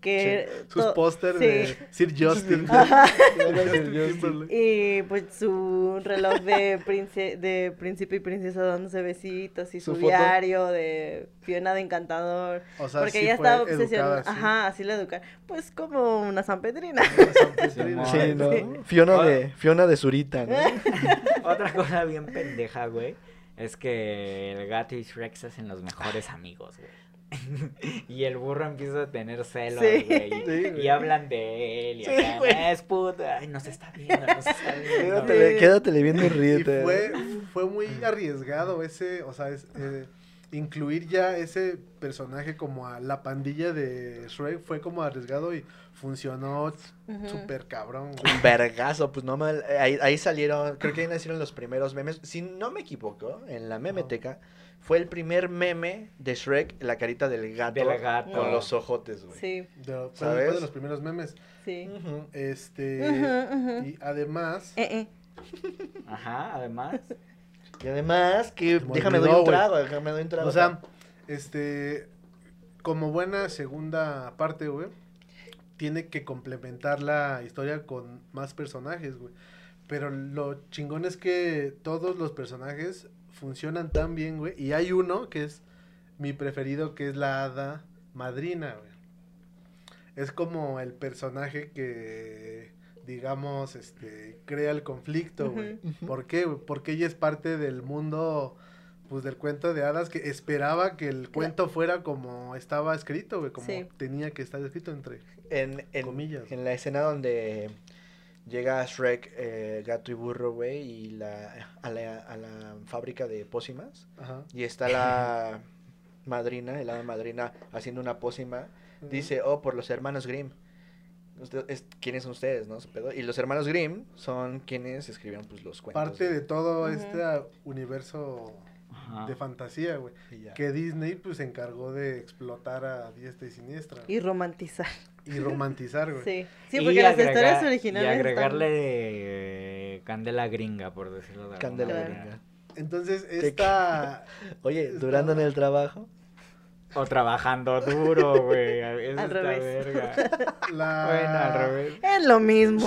Speaker 4: Que
Speaker 5: Sus
Speaker 4: to-
Speaker 5: póster
Speaker 4: sí.
Speaker 5: de Sir Justin. [LAUGHS]
Speaker 4: Ajá.
Speaker 5: Justin Timberlake.
Speaker 4: Y pues su reloj de, prince, de príncipe y princesa dándose besitos y
Speaker 2: Su
Speaker 4: su,
Speaker 2: foto.
Speaker 4: diario de Fiona de Encantador.
Speaker 5: O sea,
Speaker 4: porque
Speaker 5: sí
Speaker 4: ella
Speaker 5: fue
Speaker 4: estaba
Speaker 5: educada
Speaker 4: obsesionada.
Speaker 5: así.
Speaker 4: Ajá, así la educar. Pues como una San Pedrina.
Speaker 5: Petrina.
Speaker 2: Sí, ¿no?
Speaker 3: Sí.
Speaker 2: Fiona
Speaker 3: Ah.
Speaker 2: de, Fiona de Zurita,
Speaker 3: [LAUGHS]
Speaker 2: ¿no?
Speaker 3: Otra cosa bien pendeja, güey, es que el gato y Shrek se hacen los mejores amigos, güey. [LAUGHS] Y el burro empieza a tener celos,
Speaker 4: Sí.
Speaker 3: güey.
Speaker 5: Sí,
Speaker 3: y
Speaker 5: güey.
Speaker 3: hablan de él. Y
Speaker 2: Sí,
Speaker 3: acá,
Speaker 2: güey.
Speaker 3: "Ah, es puto. Ay, no se está viendo, no se está viendo.
Speaker 2: Quédatele, quédatele viendo y
Speaker 5: Y
Speaker 2: ríete.
Speaker 5: fue, fue muy arriesgado ese, o sea, es- eh, incluir ya ese personaje como a la pandilla de Shrek fue como arriesgado y funcionó
Speaker 4: Ujú.
Speaker 5: súper cabrón. güey.
Speaker 2: Un vergazo, pues no mal. Ahí, ahí salieron, creo que ahí nacieron los primeros memes. Si no me equivoco, en la memeteca fue el primer meme de Shrek, la carita del gato,
Speaker 3: Del gato.
Speaker 2: con los ojotes, güey.
Speaker 4: Sí,
Speaker 5: De- fue- fue
Speaker 2: ¿Sabes?
Speaker 5: de los primeros memes.
Speaker 4: sí.
Speaker 2: Ujú.
Speaker 5: Este,
Speaker 4: Ujú, ujú.
Speaker 5: y además,
Speaker 4: Eh, eh.
Speaker 3: Ajá, además.
Speaker 2: Y además, que
Speaker 5: Se me
Speaker 2: déjame doy
Speaker 5: olvidó,
Speaker 2: un
Speaker 5: güey.
Speaker 2: trago, déjame doy un trago.
Speaker 5: o sea, este, como buena segunda parte, güey, tiene que complementar la historia con más personajes, güey. Pero lo chingón es que todos los personajes funcionan tan bien, güey. Y hay uno que es mi preferido, que es la hada madrina, güey. Es como el personaje que, digamos, este, crea el conflicto, güey.
Speaker 4: Ujú.
Speaker 2: Ujú.
Speaker 5: ¿Por qué, güey? Porque ella es parte del mundo, pues, del cuento de hadas que esperaba que el cuento fuera como estaba escrito, güey. Como
Speaker 4: Sí.
Speaker 5: tenía que estar escrito entre
Speaker 2: en, en-
Speaker 5: comillas.
Speaker 2: en la escena donde llega Shrek, eh, gato y burro, güey, y la, a, la, a la fábrica de pócimas.
Speaker 5: Ajá.
Speaker 2: Y está
Speaker 5: [LAUGHS]
Speaker 2: la madrina, el hada madrina, haciendo una pócima. Dice, oh, por los hermanos Grimm. Usted- es- ¿Quiénes son ustedes, no? Ese pedo. Y los hermanos Grimm son quienes escribieron pues, los cuentos.
Speaker 5: parte de todo
Speaker 4: Ujú.
Speaker 5: este universo
Speaker 3: Ajá.
Speaker 5: de fantasía, güey.
Speaker 2: y ya.
Speaker 5: Que Disney pues se encargó de explotar a diestra y siniestra
Speaker 4: Y romantizar.
Speaker 5: y romantizar, güey.
Speaker 4: [LAUGHS] Sí. Sí,
Speaker 3: Y
Speaker 4: porque las
Speaker 3: agregar-
Speaker 4: historias originales.
Speaker 3: Y
Speaker 4: están-
Speaker 3: agregarle eh, candela gringa, por decirlo de alguna
Speaker 2: Candela
Speaker 3: manera.
Speaker 2: gringa.
Speaker 5: Entonces, esta.
Speaker 2: Oye,
Speaker 5: Está-
Speaker 2: durando en el trabajo.
Speaker 3: O trabajando duro, güey. Eso
Speaker 4: [LAUGHS] Al
Speaker 3: está
Speaker 4: revés. [LAUGHS]
Speaker 3: verga.
Speaker 5: La,
Speaker 3: Bueno, al
Speaker 2: Ah.
Speaker 3: revés.
Speaker 4: Es lo mismo.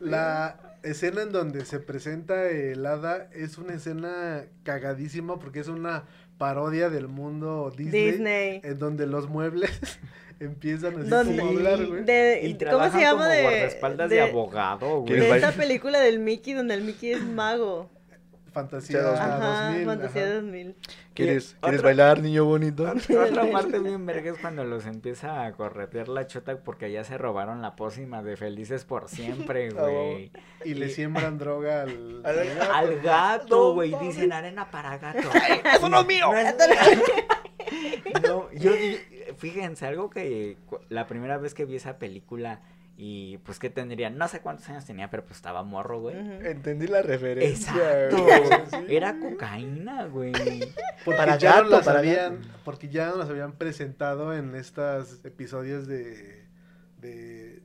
Speaker 5: La escena en donde se presenta el hada es una escena cagadísima porque es una parodia del mundo Disney.
Speaker 4: Disney.
Speaker 5: En donde los muebles [LAUGHS] empiezan así
Speaker 4: Donde-
Speaker 5: como a hablar, güey.
Speaker 4: de-
Speaker 3: Y
Speaker 4: Eh, ¿Cómo
Speaker 3: trabajan
Speaker 4: se llama
Speaker 3: como
Speaker 4: de,
Speaker 3: guardaespaldas de,
Speaker 4: de-
Speaker 3: abogado,
Speaker 2: Que
Speaker 4: de
Speaker 3: güey.
Speaker 2: les va-
Speaker 4: esta película del Mickey donde el Mickey es mago?
Speaker 5: Fantasía
Speaker 2: Ajá,
Speaker 5: 2000.
Speaker 4: Ajá,
Speaker 5: ajá.
Speaker 4: Fantasía 2000.
Speaker 2: ¿Quieres,
Speaker 3: Otra-
Speaker 2: ¿quieres bailar, niño bonito?
Speaker 3: [LAUGHS] Otra parte bien verga es cuando los empieza a corretear la chota porque ya se robaron la pócima de felices
Speaker 2: [LAUGHS]
Speaker 3: por siempre, güey.
Speaker 5: Y le siembran droga al... [LAUGHS]
Speaker 3: Al gato, güey. Dicen arena para gato. ¡Eso no es mío! [LAUGHS] No, yo, yo- fíjense, algo que cu- la primera vez que vi esa película y pues que tendría, no sé cuántos años tenía, pero pues estaba morro, güey.
Speaker 2: [LAUGHS]
Speaker 4: Ujú.
Speaker 2: Entendí la referencia.
Speaker 3: Exacto.
Speaker 2: güey. [LAUGHS]
Speaker 3: Era cocaína, güey.
Speaker 5: Porque
Speaker 2: Para
Speaker 5: ya
Speaker 2: gato,
Speaker 5: no las
Speaker 2: para
Speaker 5: habían, porque ya no las habían presentado en estos episodios de, de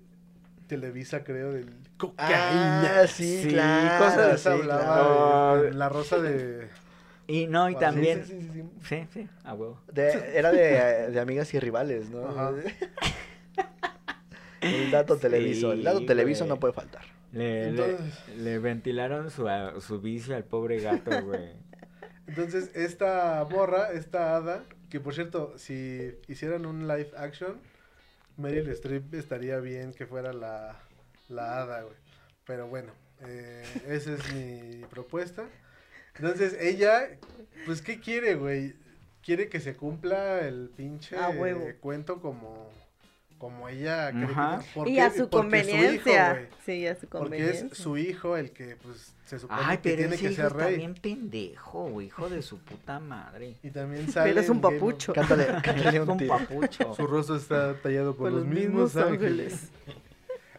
Speaker 5: Televisa, creo, del cocaína.
Speaker 2: Ah, sí,
Speaker 3: Sí,
Speaker 2: claro.
Speaker 3: cosas
Speaker 5: Se
Speaker 2: sí,
Speaker 5: hablaba
Speaker 2: claro.
Speaker 3: claro.
Speaker 5: de- en la rosa de
Speaker 3: Y no, y
Speaker 5: Sí,
Speaker 3: también.
Speaker 2: Ah, Sí, sí, sí, sí.
Speaker 3: Sí, sí, a huevo.
Speaker 2: De- era de, de amigas y rivales, ¿no?
Speaker 5: Ajá.
Speaker 2: El dato [LAUGHS]
Speaker 3: Sí,
Speaker 2: televiso. El dato televiso
Speaker 3: güey.
Speaker 2: no puede faltar.
Speaker 3: Le, le-
Speaker 5: Entonces-
Speaker 3: le ventilaron su, su vicio al pobre gato, güey.
Speaker 5: Entonces, esta borra, esta hada, que por cierto, si hicieran un live action, Meryl Streep estaría bien que fuera la, la hada, güey. Pero bueno, eh, esa es mi propuesta. Entonces, ella, pues, ¿qué quiere, güey? Quiere que se cumpla el pinche
Speaker 4: A huevo.
Speaker 5: eh, cuento como, como ella cree que-
Speaker 3: Ajá.
Speaker 5: ¿Por
Speaker 4: Y
Speaker 5: qué?
Speaker 4: a su
Speaker 5: Porque es hijo,
Speaker 4: conveniencia.
Speaker 5: güey.
Speaker 4: sí, a su
Speaker 5: porque es
Speaker 4: conveniencia.
Speaker 5: su hijo el que, pues, se supone
Speaker 3: Ay,
Speaker 5: que
Speaker 3: pero
Speaker 5: tiene
Speaker 3: ese
Speaker 5: que
Speaker 3: hijo
Speaker 5: ser
Speaker 3: está
Speaker 5: rey.
Speaker 3: bien pendejo, güey, hijo de su puta
Speaker 5: [LAUGHS]
Speaker 3: madre.
Speaker 5: Y también sale.
Speaker 4: Pero es
Speaker 5: en
Speaker 4: un
Speaker 5: Game of-
Speaker 4: papucho.
Speaker 2: Cántale, cántale
Speaker 3: Es
Speaker 2: [LAUGHS] un
Speaker 3: un
Speaker 2: tiro.
Speaker 3: papucho.
Speaker 5: Su rostro está tallado por,
Speaker 4: Con
Speaker 5: los, mismos, ángeles.
Speaker 4: ángeles.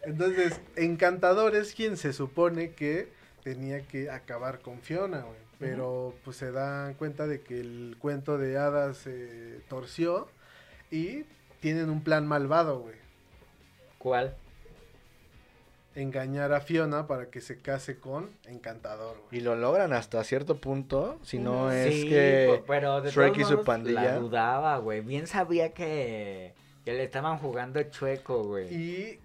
Speaker 5: Entonces, Encantador es quien se supone que tenía que acabar con Fiona, güey. Pero pues se dan cuenta de que el cuento de hadas se torció y tienen un plan malvado, güey.
Speaker 3: ¿Cuál?
Speaker 5: Engañar a Fiona para que se case con Encantador,
Speaker 2: Y
Speaker 5: güey.
Speaker 2: lo logran hasta cierto punto. Si no
Speaker 4: Ujú.
Speaker 2: es
Speaker 3: Sí,
Speaker 2: que.
Speaker 3: po- pero de
Speaker 2: Shrek
Speaker 3: todos
Speaker 2: y su
Speaker 3: modos
Speaker 2: pandilla.
Speaker 3: La dudaba, güey. Bien sabía que, que le estaban jugando chueco, güey.
Speaker 5: Y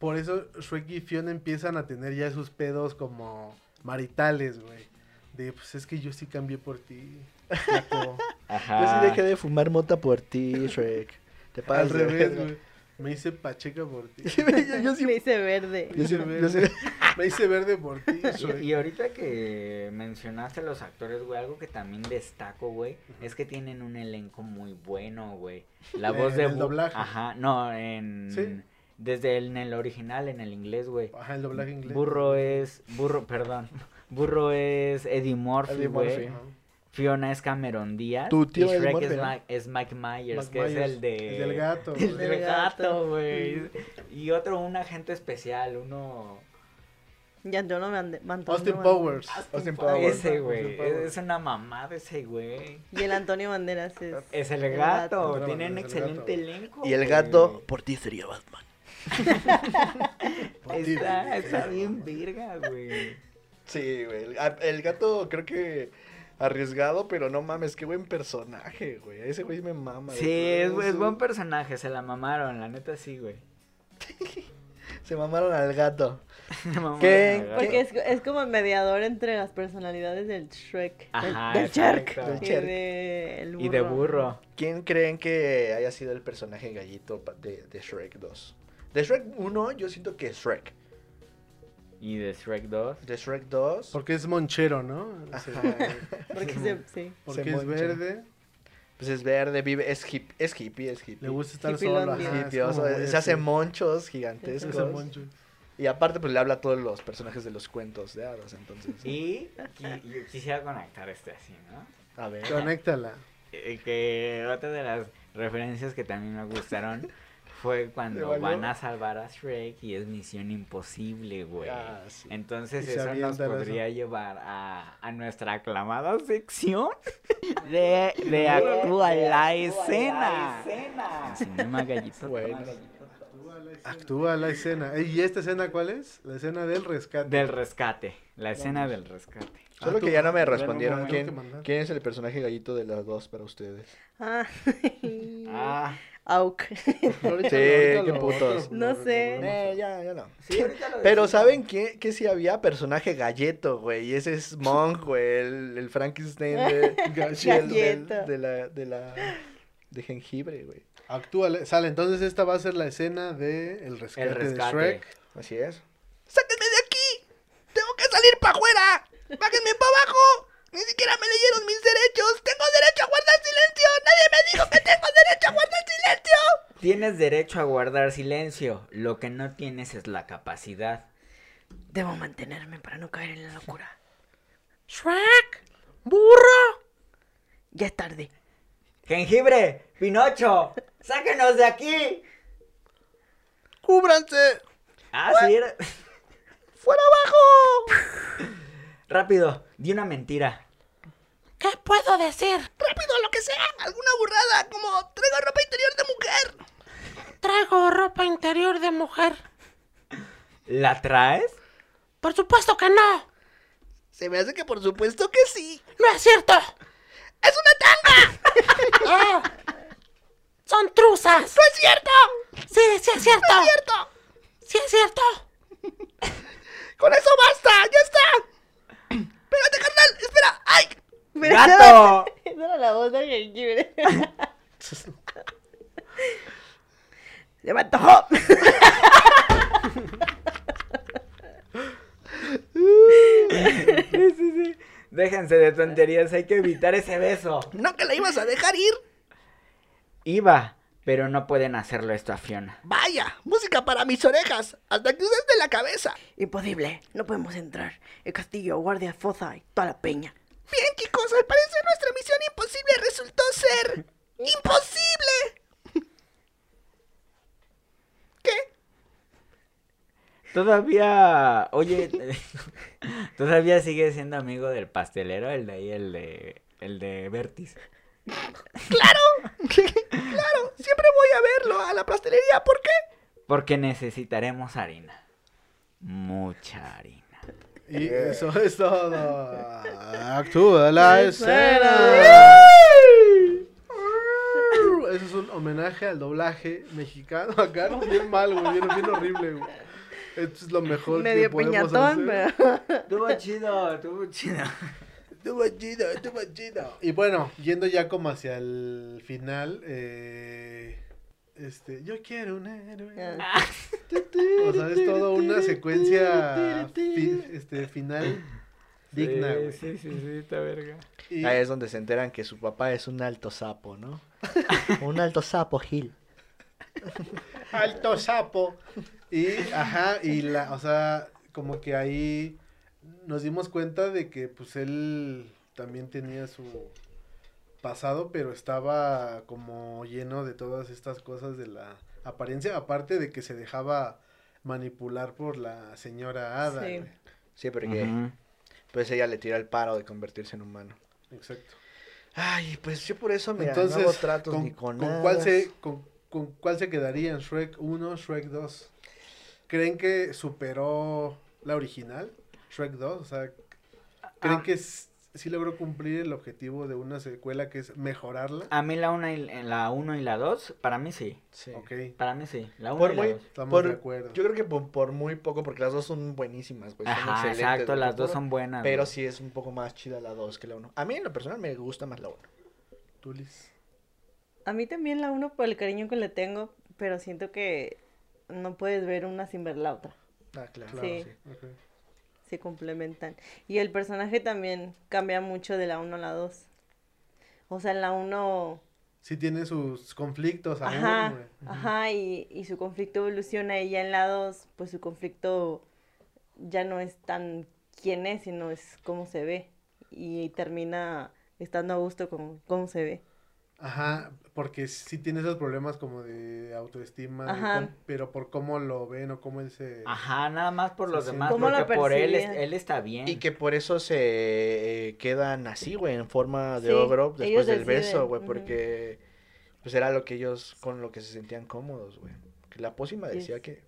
Speaker 5: por eso Shrek y Fiona empiezan a tener ya sus pedos como maritales, güey. De, pues es que yo sí cambié por ti. flaco". [LAUGHS]
Speaker 3: Ajá.
Speaker 2: Yo sí dejé de fumar mota por ti, Shrek. Te pasas
Speaker 5: Al
Speaker 2: de [LAUGHS]
Speaker 5: revés,
Speaker 2: verga.
Speaker 5: güey. Me hice pacheca por ti.
Speaker 2: yo, yo sí.
Speaker 4: Me hice verde.
Speaker 2: yo sí-
Speaker 5: Me
Speaker 2: yo
Speaker 5: hice
Speaker 2: sí-
Speaker 5: verde. Me hice verde
Speaker 3: [LAUGHS]
Speaker 5: por ti.
Speaker 3: Y,
Speaker 5: soy.
Speaker 3: y ahorita que mencionaste a los actores, güey, algo que también destaco, güey, es que tienen un elenco muy bueno, güey. La
Speaker 5: Eh,
Speaker 3: voz de
Speaker 5: en el
Speaker 3: Bo-
Speaker 5: doblaje.
Speaker 3: Ajá, no, en
Speaker 5: Sí.
Speaker 3: desde el, en el original, en el inglés, güey.
Speaker 5: Ajá, el doblaje inglés.
Speaker 3: Burro es burro, perdón. [LAUGHS] Burro es Eddie Murphy,
Speaker 2: Eddie
Speaker 3: güey.
Speaker 2: Murphy.
Speaker 5: Ajá.
Speaker 3: Fiona es Cameron Díaz.
Speaker 2: Tu tío
Speaker 3: y
Speaker 2: Eddie
Speaker 3: Shrek
Speaker 2: Murphy,
Speaker 3: es,
Speaker 2: ¿no?
Speaker 3: Ma- es Mike Myers,
Speaker 5: Mike
Speaker 3: que es
Speaker 5: Myers,
Speaker 3: el de...
Speaker 5: el del
Speaker 3: [LAUGHS]
Speaker 5: gato,
Speaker 3: El
Speaker 5: güey.
Speaker 3: del
Speaker 4: El gato.
Speaker 3: gato, güey. Y otro, un agente especial, uno...
Speaker 4: Ya yo no me andé.
Speaker 5: Austin Powers.
Speaker 2: Austin Powers.
Speaker 3: Ese,
Speaker 5: Austin
Speaker 3: güey.
Speaker 5: Powers.
Speaker 3: Es, es una mamada ese, güey.
Speaker 4: Y el Antonio Banderas es.
Speaker 3: Es el
Speaker 4: El
Speaker 3: gato.
Speaker 5: gato.
Speaker 3: Tiene un
Speaker 5: Es el gato.
Speaker 3: excelente elenco.
Speaker 2: Y el
Speaker 3: güey.
Speaker 2: gato, por ti sería Batman.
Speaker 5: Por ti,
Speaker 3: Está,
Speaker 5: güey.
Speaker 3: está bien verga, güey.
Speaker 2: Sí, güey. El, a- el gato creo que arriesgado, pero no mames, qué buen personaje, güey. Ese güey me mama.
Speaker 3: Sí,
Speaker 2: güey.
Speaker 3: es, es
Speaker 2: Su-
Speaker 3: buen personaje. Se la mamaron, la neta sí, güey. [LAUGHS]
Speaker 2: Se mamaron al gato.
Speaker 3: Se mamaron
Speaker 2: ¿Qué-
Speaker 3: al gato.
Speaker 4: Porque es, es como el mediador entre las personalidades del Shrek.
Speaker 3: Ajá,
Speaker 4: del del Shrek.
Speaker 3: exacto.
Speaker 2: Del
Speaker 4: Y
Speaker 2: Shrek.
Speaker 4: del burro.
Speaker 3: Ah, Y de burro.
Speaker 2: ¿Quién creen que haya sido el personaje gallito pa- de, de Shrek 2? De Shrek 1 yo siento que es Shrek.
Speaker 3: Y de Shrek 2.
Speaker 2: De Shrek 2.
Speaker 5: Porque es monchero, ¿no? Sí.
Speaker 2: [LAUGHS]
Speaker 4: Porque se, sí.
Speaker 5: Porque
Speaker 2: Se
Speaker 5: es
Speaker 2: moncha.
Speaker 5: verde.
Speaker 2: Pues es verde, vive, es, hip, es hippie, es hippie.
Speaker 5: Le gusta estar solo.
Speaker 4: Hipilandia.
Speaker 5: ajá, es
Speaker 2: Hipioso,
Speaker 5: como muy
Speaker 2: se hace
Speaker 5: así.
Speaker 2: monchos
Speaker 5: Se
Speaker 2: gigantescos.
Speaker 5: hace moncho.
Speaker 2: Y aparte, pues le habla a todos los personajes de los cuentos de hadas, entonces.
Speaker 3: Y qui- y quisiera conectar este así, ¿no?
Speaker 2: A ver.
Speaker 5: Conéctala.
Speaker 3: Eh, Que otra de las referencias que también me gustaron fue cuando
Speaker 2: valió?
Speaker 3: van a salvar a Shrek y es misión imposible, güey.
Speaker 2: Ah, sí.
Speaker 3: Entonces
Speaker 5: Y se
Speaker 3: eso nos
Speaker 5: avientan eso.
Speaker 3: podría llevar a, a nuestra aclamada sección de, de actúa la escena. En Cinema Gallito.
Speaker 2: Bueno.
Speaker 3: toma Gallito.
Speaker 5: Tú, Ale. Actúa la escena. Ey, ¿Y esta escena cuál es? La escena del rescate.
Speaker 3: Del rescate. La escena del rescate.
Speaker 2: Solo
Speaker 5: Ah, tú-
Speaker 2: que ya no me
Speaker 5: bueno,
Speaker 2: respondieron
Speaker 5: bueno,
Speaker 2: quién,
Speaker 5: tengo que mandar.
Speaker 2: quién es el personaje gallito de las dos para ustedes.
Speaker 4: Ah.
Speaker 3: Ah,
Speaker 4: [LAUGHS] Auk.
Speaker 5: Ahorita
Speaker 2: Sí,
Speaker 5: lo-
Speaker 2: qué
Speaker 5: ahorita lo-
Speaker 2: putos.
Speaker 5: ahorita lo-
Speaker 4: No
Speaker 5: lo- lo-
Speaker 4: sé.
Speaker 5: lo- lo-
Speaker 2: Eh, ya, ya no.
Speaker 3: sí, ahorita lo
Speaker 2: Pero
Speaker 3: decimos.
Speaker 2: ¿saben qué? Que sí había personaje galleto, güey. Y ese es Monk, güey. El, el Frankenstein [LAUGHS] de, del- del-
Speaker 4: Galleto.
Speaker 2: de la, de la... De jengibre, güey.
Speaker 5: Actúa, la- sale. Entonces esta va a ser la escena de el rescate,
Speaker 3: El rescate.
Speaker 5: de Shrek.
Speaker 2: Así es. ¡Sáquenme de aquí! ¡Tengo que salir para afuera! ¡Bájenme para abajo! ¡Ni siquiera me leyeron mis derechos! ¡Tengo derecho a guardar silencio! ¡Nadie me dijo que tengo derecho a guardar silencio!
Speaker 3: Tienes derecho a guardar silencio. Lo que no tienes es la capacidad.
Speaker 4: Debo mantenerme para no caer en la locura.
Speaker 1: Shrek.
Speaker 4: ¡Burro! Ya es tarde.
Speaker 3: ¡Jengibre! ¡Pinocho! ¡Sáquenos de aquí!
Speaker 2: ¡Cúbranse!
Speaker 3: Ah, sí. era-
Speaker 2: [LAUGHS] ¡Fuera abajo!
Speaker 3: Rápido, di una mentira.
Speaker 1: ¿Qué puedo decir?
Speaker 2: ¡Rápido, lo que sea! ¡Alguna burrada! Como traigo ropa interior de mujer.
Speaker 1: Traigo ropa interior de mujer.
Speaker 3: ¿La traes?
Speaker 1: Por supuesto que no.
Speaker 2: Se me hace que por supuesto que sí.
Speaker 1: No es cierto.
Speaker 2: ¡Es una
Speaker 1: [LAUGHS]
Speaker 2: tanga!
Speaker 1: Ah, son truzas.
Speaker 2: ¡No es cierto!
Speaker 1: Sí, sí es cierto.
Speaker 2: ¡No es cierto!
Speaker 1: Sí es cierto.
Speaker 2: ¡Con eso basta! ¡Ya está! ¡Espérate, carnal! ¡Espera! ¡Ay!
Speaker 3: ¡Gato!
Speaker 4: [LAUGHS] Esa era la voz de [LAUGHS] jengibre. ¡Se me antojó!
Speaker 3: Sí, sí, sí. Déjense de tonterías, hay que evitar ese beso.
Speaker 2: ¿No que la ibas a dejar ir?
Speaker 3: Iba, pero no pueden hacerlo esto a Fiona.
Speaker 2: Vaya, música para mis orejas, hasta que uses de la cabeza.
Speaker 4: [LAUGHS] Imposible, no podemos entrar. El castillo, guardia, fosa y toda la peña.
Speaker 2: Bien, chicos, al parecer nuestra misión imposible resultó ser imposible. ¿Qué?
Speaker 3: Todavía. Oye. [LAUGHS] Todavía sigue siendo amigo del pastelero, el de ahí, el de. El de Vertis.
Speaker 2: Claro, claro, siempre voy a verlo a la pastelería, ¿por qué?
Speaker 3: Porque necesitaremos harina. Mucha harina.
Speaker 5: Y eso es todo. Actúa la
Speaker 4: Pues
Speaker 5: escena.
Speaker 4: escena.
Speaker 5: Eso es un homenaje al doblaje mexicano [LAUGHS] acá. ¿no? Bien mal, güey. Bien, bien horrible, güey. Esto es lo mejor que
Speaker 4: Medio
Speaker 5: podemos
Speaker 4: piñatón,
Speaker 5: hacer.
Speaker 4: pero.
Speaker 3: Estuvo chido, estuvo chido.
Speaker 5: Estuvo chido, estuvo chido. Y bueno, yendo ya como hacia el final, eh, este, yo quiero un héroe. [LAUGHS]
Speaker 4: Ah.
Speaker 5: O sea, es toda una secuencia fi- este, final digna, güey.
Speaker 3: Sí, sí, sí, está verga.
Speaker 5: Y-
Speaker 2: Ahí es donde se enteran que su papá es un alto sapo, [LAUGHS] ¿no? un alto sapo, Gil.
Speaker 5: alto sapo. Y, ajá, y la, o sea, como que ahí nos dimos cuenta de que, pues, él también tenía su pasado, pero estaba como lleno de todas estas cosas de la apariencia, aparte de que se dejaba manipular por la señora Ada.
Speaker 4: Sí.
Speaker 5: güey.
Speaker 2: Sí, porque pues ella le tira el paro de convertirse en humano.
Speaker 5: Exacto.
Speaker 2: Ay, pues yo por eso, mira,
Speaker 5: Entonces,
Speaker 2: no hago tratos
Speaker 5: ¿con,
Speaker 2: ni con,
Speaker 5: con
Speaker 2: hadas.
Speaker 5: cuál se, con, con cuál se quedarían? ¿Shrek 1, Shrek 2? ¿Creen que superó la original? ¿Shrek 2? O sea, ¿creen
Speaker 3: Ah.
Speaker 5: que s- sí logró cumplir el objetivo de una secuela que es mejorarla?
Speaker 3: A mí la 1 y la uno y la 2, para mí sí.
Speaker 2: Ah, Sí.
Speaker 5: Ok,
Speaker 3: Para mí sí. La 1
Speaker 2: Por
Speaker 3: y la
Speaker 2: muy, pues,
Speaker 3: 2.
Speaker 5: estamos
Speaker 2: por-
Speaker 5: de acuerdo.
Speaker 2: yo creo que por, por muy poco, porque las dos son buenísimas, güey. son
Speaker 3: Ajá,
Speaker 2: excelentes,
Speaker 3: exacto,
Speaker 2: güey,
Speaker 3: las dos
Speaker 2: todo,
Speaker 3: son buenas.
Speaker 2: Pero
Speaker 3: güey.
Speaker 2: sí es un poco más chida la 2 que la 1. A mí en lo personal me gusta más la 1.
Speaker 5: Tulis.
Speaker 4: A mí también la uno por el cariño que le tengo, pero siento que no puedes ver una sin ver la otra.
Speaker 2: Ah, claro.
Speaker 5: Claro,
Speaker 4: Sí.
Speaker 5: sí. ok.
Speaker 4: Se complementan. Y el personaje también cambia mucho de la 1 a la 2. O sea, en la 1
Speaker 5: Sí tiene sus conflictos aún,
Speaker 4: Ajá,
Speaker 5: güey.
Speaker 4: ajá, y, y su conflicto evoluciona y ya en la 2, pues su conflicto ya no es tan quién es, sino es cómo se ve. Y termina estando a gusto con cómo se ve.
Speaker 5: Ajá, porque sí tiene esos problemas como de autoestima, de
Speaker 4: Ajá.
Speaker 5: cómo- pero por cómo lo ven o cómo él se...
Speaker 3: Ajá, nada más por
Speaker 5: Sí,
Speaker 3: los
Speaker 5: sí.
Speaker 3: demás.
Speaker 4: ¿Cómo
Speaker 3: Porque
Speaker 4: lo
Speaker 3: por él, es-
Speaker 4: percibían?
Speaker 3: él está bien.
Speaker 2: Y que por eso se eh, quedan así, güey, en forma de
Speaker 4: Sí,
Speaker 2: ogro
Speaker 4: ellos
Speaker 2: después del beso,
Speaker 4: deciden,
Speaker 2: güey,
Speaker 4: ujú.
Speaker 2: porque pues era lo que ellos, con lo que se sentían cómodos, güey. Que Porque la pócima
Speaker 4: Yes.
Speaker 2: decía que,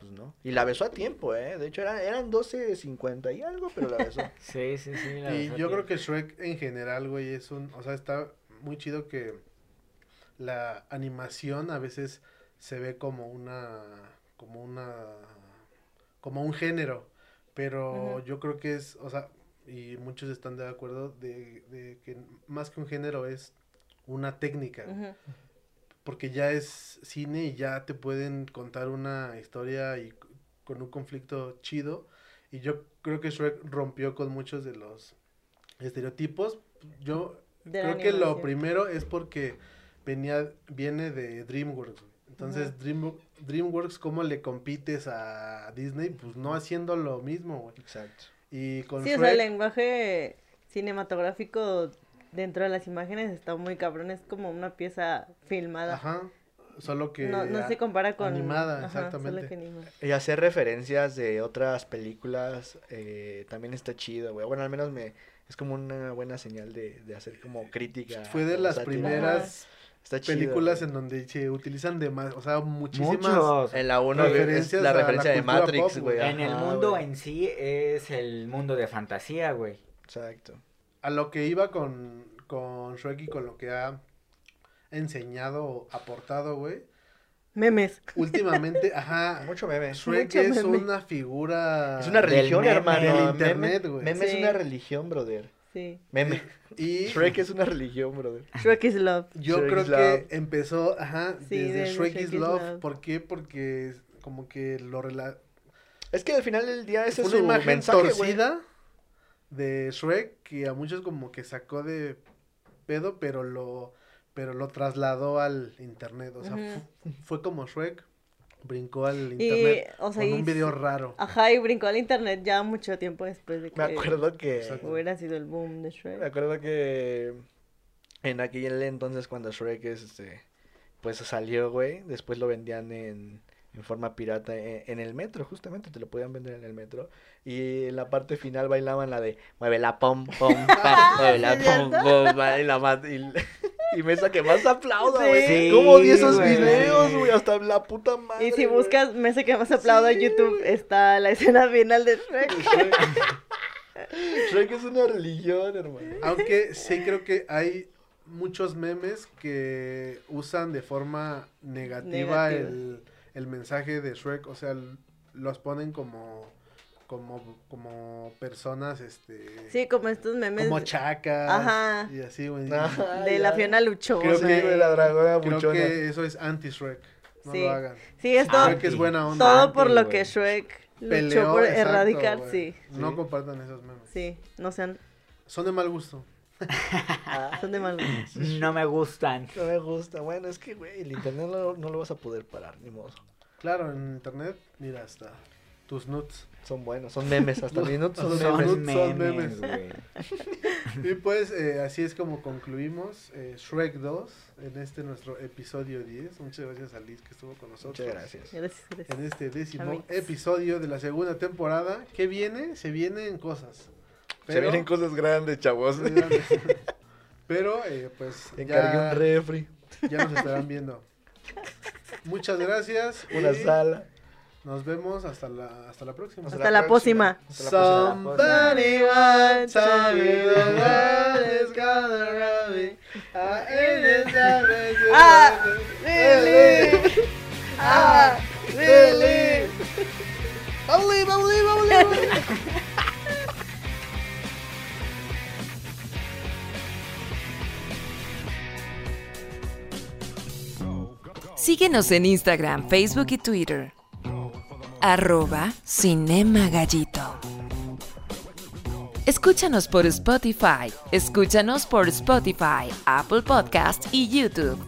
Speaker 2: pues no. Y la besó a tiempo, ¿eh? De hecho, eran, eran 12.50 y algo, pero la
Speaker 4: [LAUGHS]
Speaker 2: besó.
Speaker 3: Sí, sí, sí. la
Speaker 5: Y
Speaker 3: verdad
Speaker 5: yo creo que Shrek en general, güey, es un... O sea, está muy chido que la animación a veces se ve como una... Como una... Como un género. Pero
Speaker 4: Ujú.
Speaker 5: yo creo que es... O sea, y muchos están de acuerdo de, de que más que un género es una técnica.
Speaker 4: Ujú.
Speaker 5: Porque ya es cine y ya te pueden contar una historia y c- con un conflicto chido. Y yo creo que Shrek rompió con muchos de los estereotipos. Yo
Speaker 4: De la
Speaker 5: creo que lo
Speaker 4: animación.
Speaker 5: primero es porque venía, viene de DreamWorks. güey. Entonces, Dream- DreamWorks, ¿cómo le compites a Disney? Pues no haciendo lo mismo, güey.
Speaker 2: Exacto.
Speaker 5: Y con
Speaker 4: Sí, o
Speaker 5: Shrek,
Speaker 4: sea, el lenguaje cinematográfico dentro de las imágenes está muy cabrón, es como una pieza filmada.
Speaker 5: ajá, solo que
Speaker 4: no, no
Speaker 5: a-
Speaker 4: se compara con...
Speaker 5: animada,
Speaker 4: ajá,
Speaker 5: exactamente.
Speaker 4: Solo que anima.
Speaker 2: Y hacer referencias de otras películas eh, también está chido, güey. Bueno, al menos me es como una buena señal de, de hacer como crítica.
Speaker 5: fue de
Speaker 2: o
Speaker 5: las
Speaker 2: sátira.
Speaker 5: primeras
Speaker 2: Está chido,
Speaker 5: películas
Speaker 2: güey.
Speaker 5: en donde se utilizan de más, o sea, muchísimas
Speaker 3: Muchos.
Speaker 2: En la 1 es
Speaker 5: referencias
Speaker 2: la
Speaker 5: a la
Speaker 2: referencia de
Speaker 5: cultura
Speaker 2: Matrix,
Speaker 5: pop,
Speaker 2: güey.
Speaker 5: güey.
Speaker 3: En el
Speaker 2: Ajá,
Speaker 3: mundo
Speaker 2: güey.
Speaker 3: en sí es el mundo de fantasía, güey.
Speaker 2: Exacto.
Speaker 5: a lo que iba con, con Shrek y con lo que ha enseñado o
Speaker 2: [LAUGHS]
Speaker 5: aportado, güey.
Speaker 4: Memes.
Speaker 5: Últimamente, ajá,
Speaker 2: Mucho meme.
Speaker 5: Shrek
Speaker 4: Mucho
Speaker 5: es
Speaker 4: meme.
Speaker 5: una figura
Speaker 2: Es una
Speaker 3: Del
Speaker 2: religión,
Speaker 3: meme.
Speaker 2: hermano.
Speaker 5: Del
Speaker 2: Meme-
Speaker 5: internet, güey.
Speaker 2: Meme es
Speaker 4: Sí.
Speaker 2: una religión, brother.
Speaker 4: Sí.
Speaker 2: Meme.
Speaker 5: y
Speaker 2: Shrek es una religión, brother.
Speaker 4: [LAUGHS] Shrek is love.
Speaker 5: yo
Speaker 2: Shrek
Speaker 5: creo
Speaker 2: is
Speaker 5: que
Speaker 2: love.
Speaker 5: empezó, ajá,
Speaker 4: Sí,
Speaker 5: desde
Speaker 4: desde
Speaker 5: Shrek, is love.
Speaker 4: Love.
Speaker 5: ¿Por qué? Porque es como que lo rela
Speaker 2: Es que al final del día ese
Speaker 5: fue
Speaker 2: es
Speaker 5: una
Speaker 2: su
Speaker 5: imagen
Speaker 2: mensaje, güey.
Speaker 5: torcida de Shrek que a muchos como que sacó de pedo, pero lo pero lo trasladó al internet, o sea,
Speaker 4: Ujú.
Speaker 5: fu- fue como Shrek brincó al
Speaker 4: Y,
Speaker 5: internet
Speaker 4: o sea,
Speaker 5: con
Speaker 4: y
Speaker 5: un video
Speaker 4: s-
Speaker 5: raro.
Speaker 4: Ajá, y brincó al internet ya mucho tiempo después de que
Speaker 2: Me acuerdo que...
Speaker 5: Exacto.
Speaker 4: hubiera sido el boom
Speaker 2: Me
Speaker 4: de Shrek.
Speaker 2: acuerdo que en aquel entonces cuando Shrek este, pues salió, güey, después lo vendían en, en forma pirata e- en, el metro, justamente, te lo podían vender en el metro. Y en la parte final bailaban la de mueve la pom
Speaker 4: [LAUGHS]
Speaker 2: pom pa, mueve la
Speaker 4: ¿sí es
Speaker 2: pom pom pa", y la más y, y mesa que más aplauda, güey.
Speaker 4: Sí,
Speaker 2: ¿Cómo vi esos
Speaker 3: güey.
Speaker 2: videos, güey? Hasta la puta madre.
Speaker 4: Y si
Speaker 2: güey.
Speaker 4: buscas Mesa que más aplauda en YouTube, está la escena final de
Speaker 5: [LAUGHS]
Speaker 4: Shrek.
Speaker 2: Shrek es una religión, hermano.
Speaker 5: Aunque sí creo que hay muchos memes que usan de forma negativa,
Speaker 4: Negativa.
Speaker 5: el, el mensaje de Shrek, o sea, l- los ponen como como como personas este
Speaker 4: Sí, como estos memes
Speaker 5: como chacas
Speaker 4: Ajá.
Speaker 5: y así, güey.
Speaker 2: Ajá,
Speaker 4: de la
Speaker 2: ya.
Speaker 4: Fiona eh. Luchón.
Speaker 5: Creo
Speaker 2: Sí,
Speaker 5: que-
Speaker 2: güey, la dragona
Speaker 5: Creo
Speaker 2: buchona.
Speaker 5: que eso es anti-Shrek. No
Speaker 4: Sí.
Speaker 5: lo hagan.
Speaker 4: Sí, esto
Speaker 3: Ah,
Speaker 5: Shrek es buena onda.
Speaker 4: todo
Speaker 3: anti,
Speaker 4: por lo
Speaker 3: güey.
Speaker 4: que Shrek luchó
Speaker 5: Peleó,
Speaker 4: por
Speaker 5: exacto,
Speaker 4: erradicar,
Speaker 5: güey.
Speaker 4: sí.
Speaker 5: No
Speaker 2: Sí.
Speaker 5: compartan esos memes.
Speaker 4: Sí, no sean,
Speaker 5: Son de mal gusto.
Speaker 4: son de mal
Speaker 5: [CLEARS THROAT]
Speaker 4: gusto.
Speaker 3: No me gustan.
Speaker 2: No me gusta. Bueno, es que, güey, el internet no, no lo vas a poder parar, ni modo.
Speaker 5: Claro, en internet, mira, hasta tus nuts.
Speaker 2: Son buenos, son memes. Hasta minutos son
Speaker 5: Son
Speaker 2: memes.
Speaker 3: Son
Speaker 5: memes,
Speaker 3: memes, güey.
Speaker 5: Y pues eh, así es como concluimos eh, Shrek 2 en este nuestro episodio 10. Muchas gracias a Liz que estuvo con nosotros.
Speaker 2: Muchas gracias.
Speaker 4: Gracias, gracias.
Speaker 5: En este décimo
Speaker 4: Amigos.
Speaker 5: episodio de la segunda temporada. ¿Qué viene? Se vienen cosas.
Speaker 2: Se vienen cosas grandes, chavos. [LAUGHS] Te
Speaker 5: Pero, eh, pues,
Speaker 2: Encargué un refri,
Speaker 5: ya nos estarán viendo.
Speaker 2: [LAUGHS]
Speaker 5: Muchas gracias.
Speaker 2: una
Speaker 5: y
Speaker 2: sala.
Speaker 5: Nos vemos hasta la, hasta la próxima.
Speaker 4: Hasta la próxima.
Speaker 2: Hasta la próxima.
Speaker 5: Somebody once told me the
Speaker 4: [LAUGHS]
Speaker 5: world is gonna roll me. I ain't this damage.
Speaker 4: Ah, Lili. Ah, Lili.
Speaker 5: Believe, believe, believe.
Speaker 1: Síguenos en Instagram, Facebook y Twitter. Arroba Cinema Gallito. Escúchanos por Spotify. Escúchanos por Spotify, Apple Podcast y YouTube.